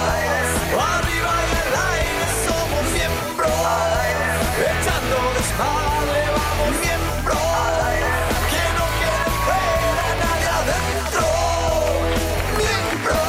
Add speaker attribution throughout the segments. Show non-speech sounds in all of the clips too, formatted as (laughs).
Speaker 1: Arriba y al aire somos miembro. Echando desmadre vamos miembro. Que no quiere ver a nadie adentro. Miembro.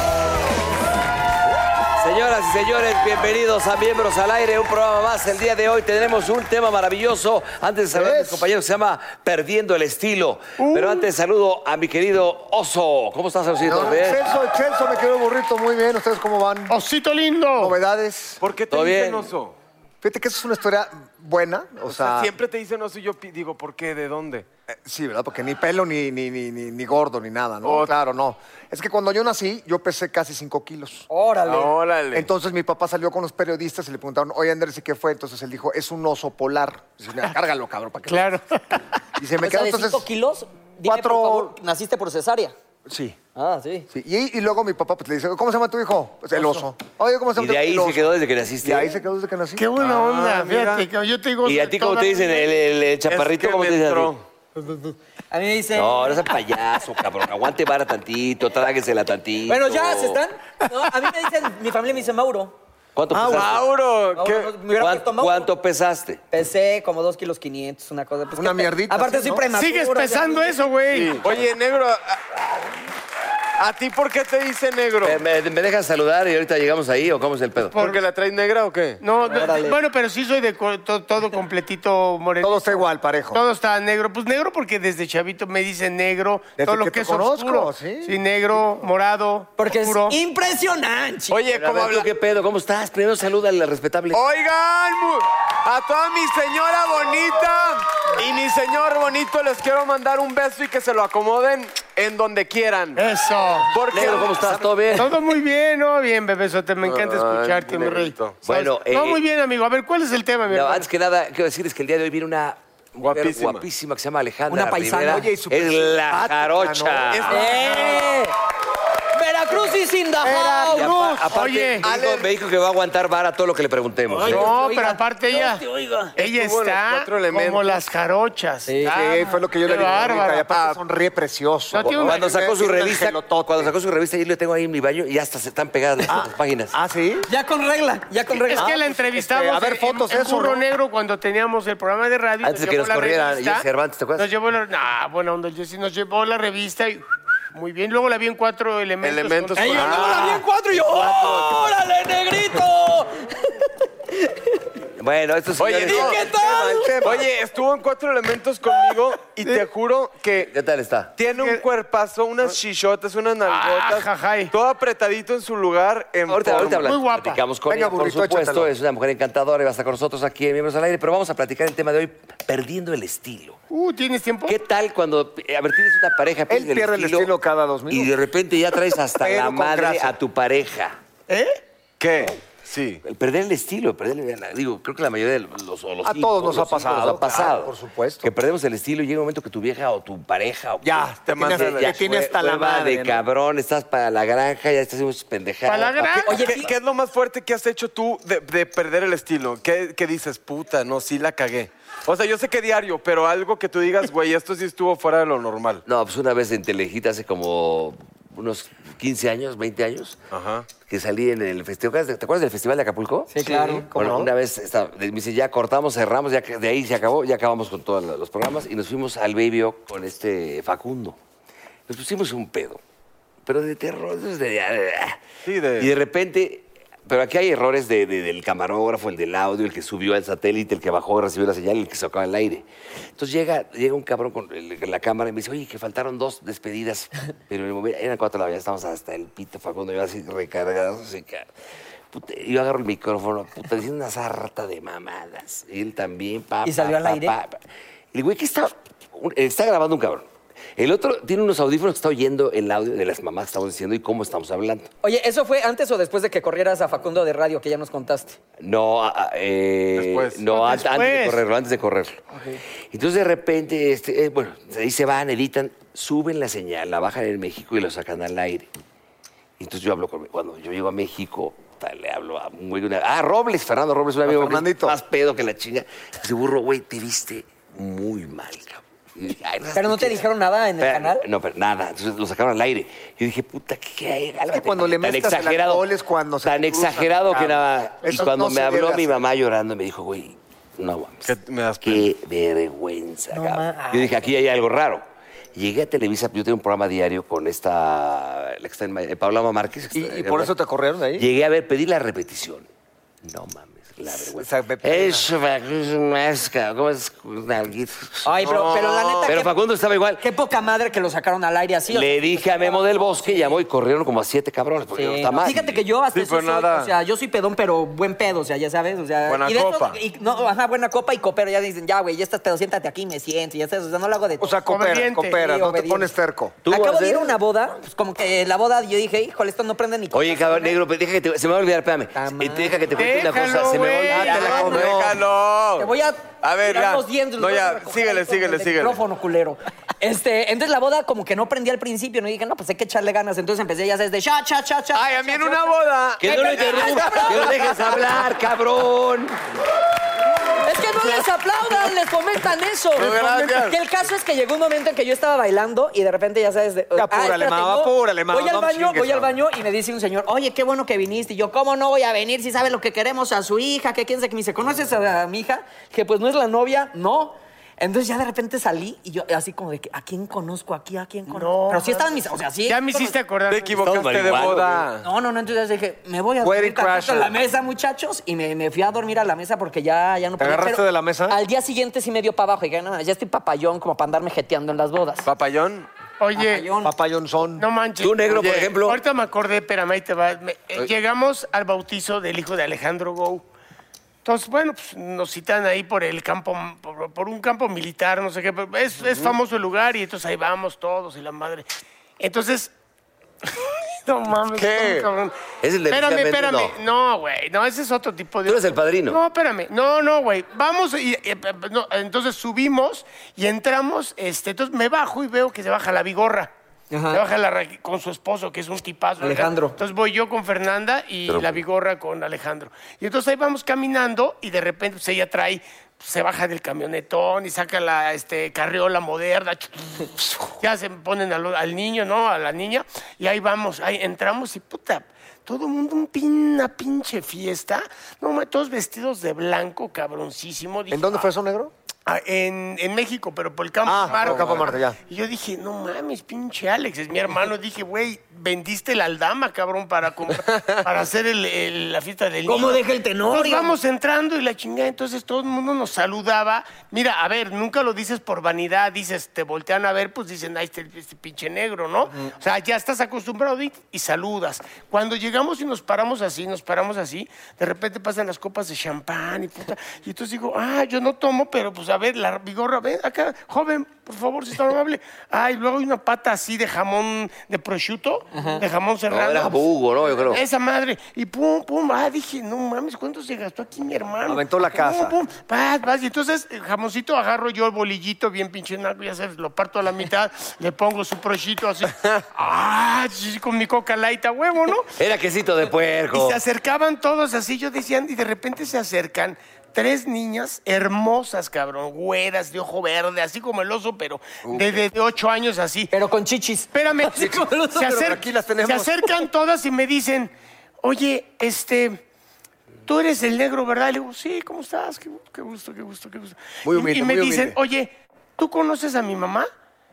Speaker 2: Señoras y señores, bienvenidos a Miembros al Aire, un programa más. El día de hoy tenemos un tema maravilloso. Antes de saludar a mis compañeros, se llama Perdiendo el Estilo.
Speaker 3: Uh.
Speaker 2: Pero antes saludo a mi querido Oso. ¿Cómo estás, Osito? ¿Bien?
Speaker 4: Celso, Celso, me quedó burrito, muy bien. ¿Ustedes cómo van?
Speaker 5: ¡Osito lindo!
Speaker 4: ¿Novedades?
Speaker 3: ¿Por qué te
Speaker 2: ¿Todo
Speaker 3: dicen
Speaker 2: bien?
Speaker 3: oso?
Speaker 4: Fíjate que eso es una historia buena, o,
Speaker 3: O sea,
Speaker 4: sea...
Speaker 3: siempre te dicen oso y yo pi- digo, ¿por qué? ¿De dónde?
Speaker 4: eh, Sí, ¿verdad? Porque ni pelo, ni, ni, ni, ni, ni gordo, ni nada, ¿no?
Speaker 3: Oh.
Speaker 4: Claro, no. Es que cuando yo nací, yo pesé casi 5 kilos.
Speaker 3: Órale. Órale.
Speaker 4: Entonces mi papá salió con los periodistas y le preguntaron, oye, Andrés, ¿y qué fue? Entonces él dijo, es un oso polar. Dice,
Speaker 5: (laughs)
Speaker 4: mira, cárgalo, cabrón, para que...
Speaker 5: Claro.
Speaker 4: Y se me
Speaker 6: O sea,
Speaker 4: quedó
Speaker 6: de
Speaker 4: entonces...
Speaker 6: 5 kilos, dime
Speaker 4: cuatro-
Speaker 6: por favor, naciste por cesárea.
Speaker 4: Sí.
Speaker 6: Ah, sí.
Speaker 4: sí. Y, y luego mi papá pues, le dice, ¿cómo se llama tu hijo? Pues, el oso. Oye, ¿cómo se
Speaker 2: Y
Speaker 4: llama
Speaker 2: de
Speaker 4: tu-
Speaker 2: ahí
Speaker 4: el
Speaker 2: se
Speaker 4: oso.
Speaker 2: quedó desde que naciste.
Speaker 4: Y ahí se quedó desde que nací.
Speaker 5: Qué buena onda,
Speaker 3: Ah, mira.
Speaker 5: fíjate. que Yo te digo.
Speaker 2: ¿Y a ti cómo te dicen? ¿El, el- el chaparrito?
Speaker 3: es que
Speaker 2: ¿Cómo
Speaker 3: me
Speaker 2: te dicen? a ti?
Speaker 3: entró.
Speaker 6: A mí me dicen.
Speaker 2: No, no seas payaso, cabrón. Aguante vara tantito, tráguesela tantito.
Speaker 6: bueno, ya se están. No, a mí me dicen, mi familia me dice Mauro.
Speaker 2: ¿Cuánto pesaste?
Speaker 3: Mauro,
Speaker 6: Mauro,
Speaker 3: ¿qué?
Speaker 6: no, me hubiera
Speaker 2: ¿Cuán-
Speaker 6: puesto Mauro.
Speaker 2: ¿Cuánto pesaste?
Speaker 6: Pesé como 2 kilos 500, una cosa. Pues,
Speaker 4: Una
Speaker 6: ¿qué te-
Speaker 4: mierdita,
Speaker 6: Aparte,
Speaker 4: sí,
Speaker 6: soy
Speaker 4: ¿no?
Speaker 6: prematuro.
Speaker 5: Sigues
Speaker 6: ya-
Speaker 5: pesando eso, güey.
Speaker 3: Oye, negro, a- a, a ti por qué te dice negro?
Speaker 2: Eh, ¿Me, me dejas saludar y ahorita llegamos ahí o cómo es el pedo?
Speaker 3: ¿Porque la traes negra o qué?
Speaker 5: No, no,
Speaker 6: Órale.
Speaker 5: bueno, pero sí soy de co- to- todo completito moreno.
Speaker 4: Todo está igual, parejo.
Speaker 5: Todo está negro. Pues negro porque desde chavito me dicen negro.
Speaker 4: Desde
Speaker 5: todo lo
Speaker 4: que
Speaker 5: que,
Speaker 4: te
Speaker 5: es
Speaker 4: conozco,
Speaker 5: oscuro.
Speaker 4: sí. Eh,
Speaker 5: negro, morado,
Speaker 6: Porque es
Speaker 5: oscuro.
Speaker 6: impresionante.
Speaker 3: Oye,
Speaker 2: Pero a
Speaker 3: ¿cómo
Speaker 2: ver,
Speaker 3: habla?
Speaker 2: tú ¿Qué pedo? ¿Cómo estás? Primero saluda al respetable.
Speaker 3: Oigan, mu- a toda mi señora bonita y mi señor bonito les quiero mandar un beso y que se lo acomoden en donde quieran.
Speaker 5: Eso.
Speaker 3: Porque
Speaker 2: Negro, ¿cómo estás? ¿Todo bien?
Speaker 5: Todo muy bien, ¿no? Bien, bebesote. Me encanta
Speaker 3: Ay,
Speaker 5: escucharte,
Speaker 3: mi
Speaker 5: mi rey.
Speaker 3: negrito.
Speaker 2: Bueno,
Speaker 5: ¿Sabes? No,
Speaker 2: eh,
Speaker 5: muy bien, amigo. A ver, ¿cuál es el tema, mi
Speaker 2: No,
Speaker 5: hermano?
Speaker 2: antes que nada, quiero decirles que el día de hoy viene una mujer
Speaker 3: Guapísima.
Speaker 2: guapísima que se llama Alejandra
Speaker 6: Una paisana.
Speaker 2: Rivera.
Speaker 6: Oye,
Speaker 4: y súper
Speaker 2: es la
Speaker 4: simpática,
Speaker 2: jarocha.
Speaker 4: ¿no?
Speaker 3: Ah, Es-
Speaker 6: ¡Eh! Veracruz y Sindajau.
Speaker 2: Y apa-
Speaker 5: Veracruz.
Speaker 2: aparte,
Speaker 5: Oye,
Speaker 2: me dijo-
Speaker 3: Ale-
Speaker 2: me dijo que va a aguantar vara todo lo que le preguntemos. ¿eh?
Speaker 5: No,
Speaker 6: Oiga,
Speaker 5: pero aparte ella.
Speaker 6: te oiga.
Speaker 5: Ella
Speaker 3: Estuvo en los
Speaker 5: está
Speaker 3: cuatro elementos.
Speaker 5: como las jarochas. Ah,
Speaker 6: Sí.
Speaker 4: Sí, eh, fue lo que yo le
Speaker 5: qué
Speaker 4: dije ahorita. Y
Speaker 5: bárbara.
Speaker 4: aparte sonríe precioso.
Speaker 5: No, tiene una-
Speaker 2: Cuando sacó su
Speaker 4: Tiene un
Speaker 2: revista,
Speaker 4: angelotote.
Speaker 2: cuando sacó su revista, yo le tengo ahí en mi baño y hasta se están pegadas las, las páginas.
Speaker 4: Ah, ¿sí?
Speaker 6: Ya con regla, ya con regla.
Speaker 5: Es que la
Speaker 6: Ah,
Speaker 5: entrevistamos
Speaker 4: este, a ver,
Speaker 5: en-
Speaker 4: fotos,
Speaker 5: en,
Speaker 4: eso,
Speaker 5: Burro
Speaker 4: ¿no?
Speaker 5: Negro cuando teníamos el programa de radio.
Speaker 2: Antes de que
Speaker 5: llevó
Speaker 2: nos
Speaker 5: la
Speaker 2: corriera
Speaker 5: revista.
Speaker 2: Jesse Cervantes, ¿te acuerdas?
Speaker 5: Nos llevó la... Nah, bueno, onda, Jesse nos llevó la revista y... Muy bien, luego la vi en cuatro elementos.
Speaker 3: Elementos
Speaker 5: con-
Speaker 6: pues, ey, yo
Speaker 5: Ah,
Speaker 6: no la vi en cuatro y yo. ¡Órale, negrito!
Speaker 2: Bueno, esto es.
Speaker 3: Oye, no,
Speaker 6: qué tal?
Speaker 3: el tema, el tema. Oye, estuvo en cuatro elementos conmigo y te juro que
Speaker 2: ¿Qué tal está?
Speaker 3: tiene un cuerpazo, unas chichotas, unas nalgotas,
Speaker 5: jajay.
Speaker 3: todo apretadito en su lugar. En
Speaker 2: Ahorita,
Speaker 3: forma.
Speaker 2: ahorita hablamos.
Speaker 5: Muy guapa.
Speaker 2: Platicamos con
Speaker 4: Venga,
Speaker 2: ella,
Speaker 4: burrito,
Speaker 2: por supuesto.
Speaker 4: échatelo.
Speaker 2: Es una mujer encantadora y va a estar con nosotros aquí en Miembros al Aire. Pero vamos a platicar el tema de hoy, perdiendo el estilo.
Speaker 5: Uh, ¿tienes tiempo?
Speaker 2: ¿Qué tal cuando, eh, a ver, tienes una pareja, pierdes
Speaker 4: pierde el estilo cada dos
Speaker 2: Y
Speaker 4: minutos.
Speaker 2: de repente ya traes hasta
Speaker 4: Pero
Speaker 2: la
Speaker 4: con
Speaker 2: madre
Speaker 4: grasa.
Speaker 2: a tu pareja.
Speaker 3: ¿Qué? Sí.
Speaker 2: El perder el estilo, perder el- digo, creo que la mayoría de los, los- los
Speaker 4: A todos nos
Speaker 2: los
Speaker 4: ha pasado,
Speaker 2: nos ha pasado.
Speaker 4: claro, por supuesto.
Speaker 2: Que perdemos el estilo y llega un momento que tu vieja o tu pareja o
Speaker 4: Ya, te
Speaker 2: tiene-
Speaker 4: manda-
Speaker 2: ya
Speaker 4: te tiene
Speaker 2: fue-
Speaker 4: hasta la
Speaker 2: hueva
Speaker 4: madre,
Speaker 2: de
Speaker 4: ¿no?
Speaker 2: cabrón, estás para la granja, ya estás haciendo sus pendejadas.
Speaker 5: Para la
Speaker 2: ¿pa' qué?
Speaker 5: gran-
Speaker 6: Oye,
Speaker 3: ¿Qué,
Speaker 6: sí.
Speaker 3: qué es lo más fuerte que has hecho tú de, de perder el estilo? ¿Qué, qué dices? Puta, no, sí la cagué. O sea, yo sé que diario, pero algo que tú digas, güey, esto sí estuvo fuera de lo normal.
Speaker 2: No, pues una vez en Telejita hace como unos 15 años, 20 años,
Speaker 3: Ajá.
Speaker 2: que salí en el festival. ¿Te acuerdas del Festival de Acapulco?
Speaker 6: Sí, claro.
Speaker 2: Bueno, una vez estaba- me dice, ya cortamos, cerramos, ya que de ahí se acabó, ya acabamos con todos los programas y nos fuimos al Baby O con este Facundo. Nos pusimos un pedo. Pero de terror. de- de-
Speaker 3: Sí, de-
Speaker 2: Y de repente. Pero aquí hay errores de- de- del camarógrafo, el del audio, el que subió al satélite, el que bajó y recibió la señal, el que sacaba el aire. Entonces llega, llega un cabrón con el- con la cámara y me dice, oye, que faltaron dos despedidas. Pero en el momento, eran cuatro de la mañana, estábamos hasta el pito, Facundo, yo así recargados, así que... Puta, y yo agarro el micrófono, puta, diciendo una sarta de mamadas. Él también, papá.
Speaker 6: ¿Y salió al aire?
Speaker 2: El güey que está, un- está grabando un cabrón. El otro tiene unos audífonos que está oyendo el audio de las mamás que estamos diciendo y cómo estamos hablando.
Speaker 6: Oye, ¿eso fue antes o después de que corrieras a Facundo de radio que ya nos contaste?
Speaker 2: No, a- a- eh,
Speaker 3: Después.
Speaker 2: no an- antes de
Speaker 5: Después.
Speaker 2: correrlo, antes de correrlo. Entonces de repente, este, eh, bueno, ahí se van, editan, suben la señal, la bajan en México y lo sacan al aire. Entonces yo hablo con, cuando yo llego a México, ta, le hablo a un güey, una- ah, Robles, Fernando Robles, un amigo que es
Speaker 4: Fernandito.
Speaker 2: más pedo que la chinga. Dice, burro, güey, te viste muy mal, cabrón. Y dije, "Ay,
Speaker 6: ¿Pero no te dijeron nada en el
Speaker 2: Pero-
Speaker 6: canal?
Speaker 2: No, pero nada. Entonces lo sacaron al aire. Y dije, puta, ¿qué hay? Cálmate,
Speaker 4: cuando
Speaker 2: man.
Speaker 4: le
Speaker 2: Tan
Speaker 4: mezclas el
Speaker 2: exagerado,
Speaker 4: alcohol es cuando se
Speaker 2: Tan
Speaker 4: te cruzan,
Speaker 2: exagerado que
Speaker 4: cabrón.
Speaker 2: nada. Y
Speaker 4: Eso
Speaker 2: cuando
Speaker 4: no
Speaker 2: me
Speaker 4: se
Speaker 2: habló
Speaker 4: debe
Speaker 2: mi
Speaker 4: hacer.
Speaker 2: mamá llorando, me dijo, güey, no mames.
Speaker 3: Que me das
Speaker 2: Qué vergüenza,
Speaker 6: No
Speaker 2: cabrón.
Speaker 6: ma-
Speaker 2: Yo dije, aquí hay algo raro. Llegué a Televisa, yo tengo un programa diario con esta, la que está en Ma- eh, Paola Márquez. que
Speaker 4: ¿Y,
Speaker 2: está-
Speaker 4: y por eso te corrieron ahí?
Speaker 2: Llegué a ver, pedí la repetición. No mames, la vergüenza.
Speaker 4: O sea, me-
Speaker 2: Es más, cabrón, ¿cómo es? Nalguitas.
Speaker 6: Ay, pero, pero la neta.
Speaker 2: Pero
Speaker 6: qué-
Speaker 2: Facundo estaba igual.
Speaker 6: Qué poca madre que lo sacaron al aire así. o sea,
Speaker 2: Le dije a Memo del Bosque, llamó y corrieron como a siete cabrones, porque no
Speaker 6: Sí,
Speaker 2: está
Speaker 6: no.
Speaker 2: mal.
Speaker 6: Fíjate que yo hasta
Speaker 3: Sí,
Speaker 6: eso
Speaker 3: pero
Speaker 6: soy,
Speaker 3: nada.
Speaker 6: o sea, yo soy pedón, pero buen pedo, o sea, ya sabes, o sea,
Speaker 3: Buena
Speaker 6: y de esos-
Speaker 3: copa.
Speaker 6: y no, ajá, buena copa y copero, ya dicen, ya güey, ya estás pedo, siéntate aquí, me siento, y ya sabes, o sea, no lo hago de
Speaker 4: O sea, coopera,
Speaker 5: Obediente.
Speaker 4: coopera,
Speaker 6: Sí,
Speaker 4: no te
Speaker 6: obediente.
Speaker 4: pones terco.
Speaker 2: ¿Tú
Speaker 6: Acabo
Speaker 2: vas a
Speaker 6: de ir a
Speaker 2: hacer?
Speaker 6: una boda, pues como que la boda yo dije, híjole, esto no prende ni
Speaker 2: Oye, cabrón negro, pero deja que te... Se me va a olvidar, espérame.
Speaker 6: Tamás.
Speaker 2: Eh, Deja que te cuente una
Speaker 5: Déjalo,
Speaker 2: cosa. Se me va a olvidar.
Speaker 5: güey. Ah, te la
Speaker 2: No,
Speaker 5: compré,
Speaker 2: no.
Speaker 3: ¡Déjalo!
Speaker 6: Te voy a.
Speaker 3: A ver,
Speaker 6: tirar
Speaker 3: ya.
Speaker 6: los dientes, los
Speaker 3: No,
Speaker 6: voy a
Speaker 3: ya,
Speaker 6: recoger
Speaker 3: síguele,
Speaker 6: ahí con
Speaker 3: síguele,
Speaker 6: el
Speaker 3: síguele.
Speaker 6: micrófono, culero. Este, entonces la boda como que no prendí al principio, no Y dije, no, pues hay que echarle ganas. Entonces empecé, ya sabes, de cha, cha, cha, cha.
Speaker 3: Ay, a
Speaker 6: cha,
Speaker 3: mí en
Speaker 6: cha,
Speaker 3: una
Speaker 6: cha.
Speaker 3: boda.
Speaker 2: Que no lo
Speaker 6: Ay,
Speaker 2: interrumpas, que lo dejes hablar, cabrón.
Speaker 6: Es que no les aplaudan, les comentan eso.
Speaker 3: No, gracias.
Speaker 6: Que el caso es que llegó un momento en que yo estaba bailando y de repente ya sabes. De, "Ah,
Speaker 4: Ya, apúrale,
Speaker 6: espérate,
Speaker 4: mamá,
Speaker 6: no.
Speaker 4: apúrale, mamá,
Speaker 6: Voy al
Speaker 4: no
Speaker 6: baño,
Speaker 4: chingues,
Speaker 6: voy al
Speaker 4: mamá.
Speaker 6: baño y me dice un señor, oye, qué bueno que viniste. Y yo, ¿cómo no voy a venir si sabe lo que queremos a su hija? Que quién se me dice, ¿conoces a, mi hija? Que pues no es la novia, no. Entonces ya de repente salí y yo así como de que, ¿a quién conozco aquí? ¿A quién conozco?
Speaker 5: No,
Speaker 6: Pero sí estaban mis, o sea, sí.
Speaker 5: Ya me hiciste acordar.
Speaker 3: Te equivocaste de
Speaker 2: marihuana,
Speaker 3: boda.
Speaker 6: No, no, no, entonces dije, me voy a
Speaker 4: Wedding
Speaker 6: dormir tantito a la
Speaker 4: crasher.
Speaker 6: mesa, muchachos, y me, me fui a dormir a la mesa porque ya, ya no
Speaker 4: ¿Te agarraste de la mesa?
Speaker 6: Al día siguiente sí me dio para abajo y dije, no, ya estoy papayón como para andarme jeteando en las bodas.
Speaker 3: Papayón.
Speaker 5: Oye,
Speaker 6: Papayón.
Speaker 4: Papá Johnson.
Speaker 5: no manches.
Speaker 2: Tú, negro, por ejemplo.
Speaker 5: Ahorita me acordé, espérame, ahí te va. Me- eh, llegamos al bautizo del hijo de Alejandro Gou. Entonces, bueno, pues, nos citan ahí por el campo, por, por un campo militar, no sé qué. pero es, es famoso el lugar y entonces ahí vamos todos y la madre. Entonces, (laughs) no mames,
Speaker 3: ¿Qué?
Speaker 5: está muy cabrón.
Speaker 2: ¿Es el de
Speaker 5: Espérame,
Speaker 2: Vicente Méndez?
Speaker 5: espérame. No, güey, no, ese es otro tipo de...
Speaker 2: Tú eres el padrino.
Speaker 5: No, espérame. No, no, güey. Vamos y... eh, eh, no, entonces subimos y entramos. Este, entonces me bajo y veo que se baja la vigorra.
Speaker 6: Ajá.
Speaker 5: Se baja la ra- con su esposo, que es un tipazo.
Speaker 6: Alejandro.
Speaker 5: Entonces voy yo con Fernanda y la vigorra con Alejandro. Y entonces ahí vamos caminando y de repente pues, ella trae... Se baja del camionetón y saca la este, carriola moderna. Ya se ponen al, al niño, ¿no? A la niña. Y ahí vamos, ahí entramos y puta, todo el mundo un pin- una pinche fiesta. No, ma, todos vestidos de blanco, cabroncísimo. Dije,
Speaker 4: ¿En dónde
Speaker 5: ah,
Speaker 4: fue eso, negro?
Speaker 5: ah, en, en México, pero por el Campo
Speaker 4: Ah,
Speaker 5: Marte.
Speaker 4: por Campo Marte, ya.
Speaker 5: Y yo dije, no mames, pinche Alex, es mi hermano. (laughs) dije, güey, vendiste la aldama, cabrón,
Speaker 4: (laughs)
Speaker 5: para, comprar- para hacer el- el- la fiesta del
Speaker 6: ¿Cómo
Speaker 5: niño.
Speaker 6: deja el Tenorio?
Speaker 5: Entonces vamos entrando y la chingada, entonces todo el mundo nos saludaba. Mira, a ver, nunca lo dices por vanidad, dices, te voltean a ver, pues dicen, ahí está el- este pinche negro, ¿no? O sea, ya estás acostumbrado y, y saludas. Cuando llegamos y nos paramos así, nos paramos así, de repente pasan las copas de champán y puta. Y entonces digo, ah, yo no tomo, pero pues a ver, la vigorra, ven acá, joven, por favor, si está amable. Ah, y luego hay una pata así de jamón, de prosciutto, de jamón
Speaker 2: No,
Speaker 5: serrano.
Speaker 2: era Bugo, ¿no? Yo creo.
Speaker 5: Esa madre. Y pum, pum. Ah, dije, no mames, ¿cuánto se gastó aquí mi hermano?
Speaker 4: Aventó la
Speaker 5: Pum,
Speaker 4: casa.
Speaker 5: Pum, Vas, vas. Y entonces, el jamoncito, agarro yo el bolillito bien pinche naco, ya sabes, lo parto a la mitad, (laughs) le pongo su
Speaker 4: (laughs)
Speaker 5: prochito así. Ah, sí, con mi coca light a huevo, ¿no?
Speaker 2: Era quesito de
Speaker 5: Y
Speaker 2: puerco.
Speaker 5: se acercaban todos así, yo decían, y de repente se acercan tres niñas hermosas, cabrón, güeras, de ojo verde, así como el oso, pero de, de- de ocho años así.
Speaker 6: Pero con chichis.
Speaker 5: Espérame.
Speaker 6: Así como los
Speaker 5: se,
Speaker 6: otros.
Speaker 5: acer-
Speaker 4: aquí las tenemos.
Speaker 5: se acercan todas y me dicen, oye, este, tú eres el negro, ¿verdad? Y le digo, sí, ¿cómo estás? Qué, gu- qué gusto, qué gusto, qué gusto.
Speaker 4: Muy
Speaker 5: Y-
Speaker 4: humilde,
Speaker 5: y, me
Speaker 4: muy
Speaker 5: dicen,
Speaker 4: humilde.
Speaker 5: oye, ¿tú conoces a mi mamá?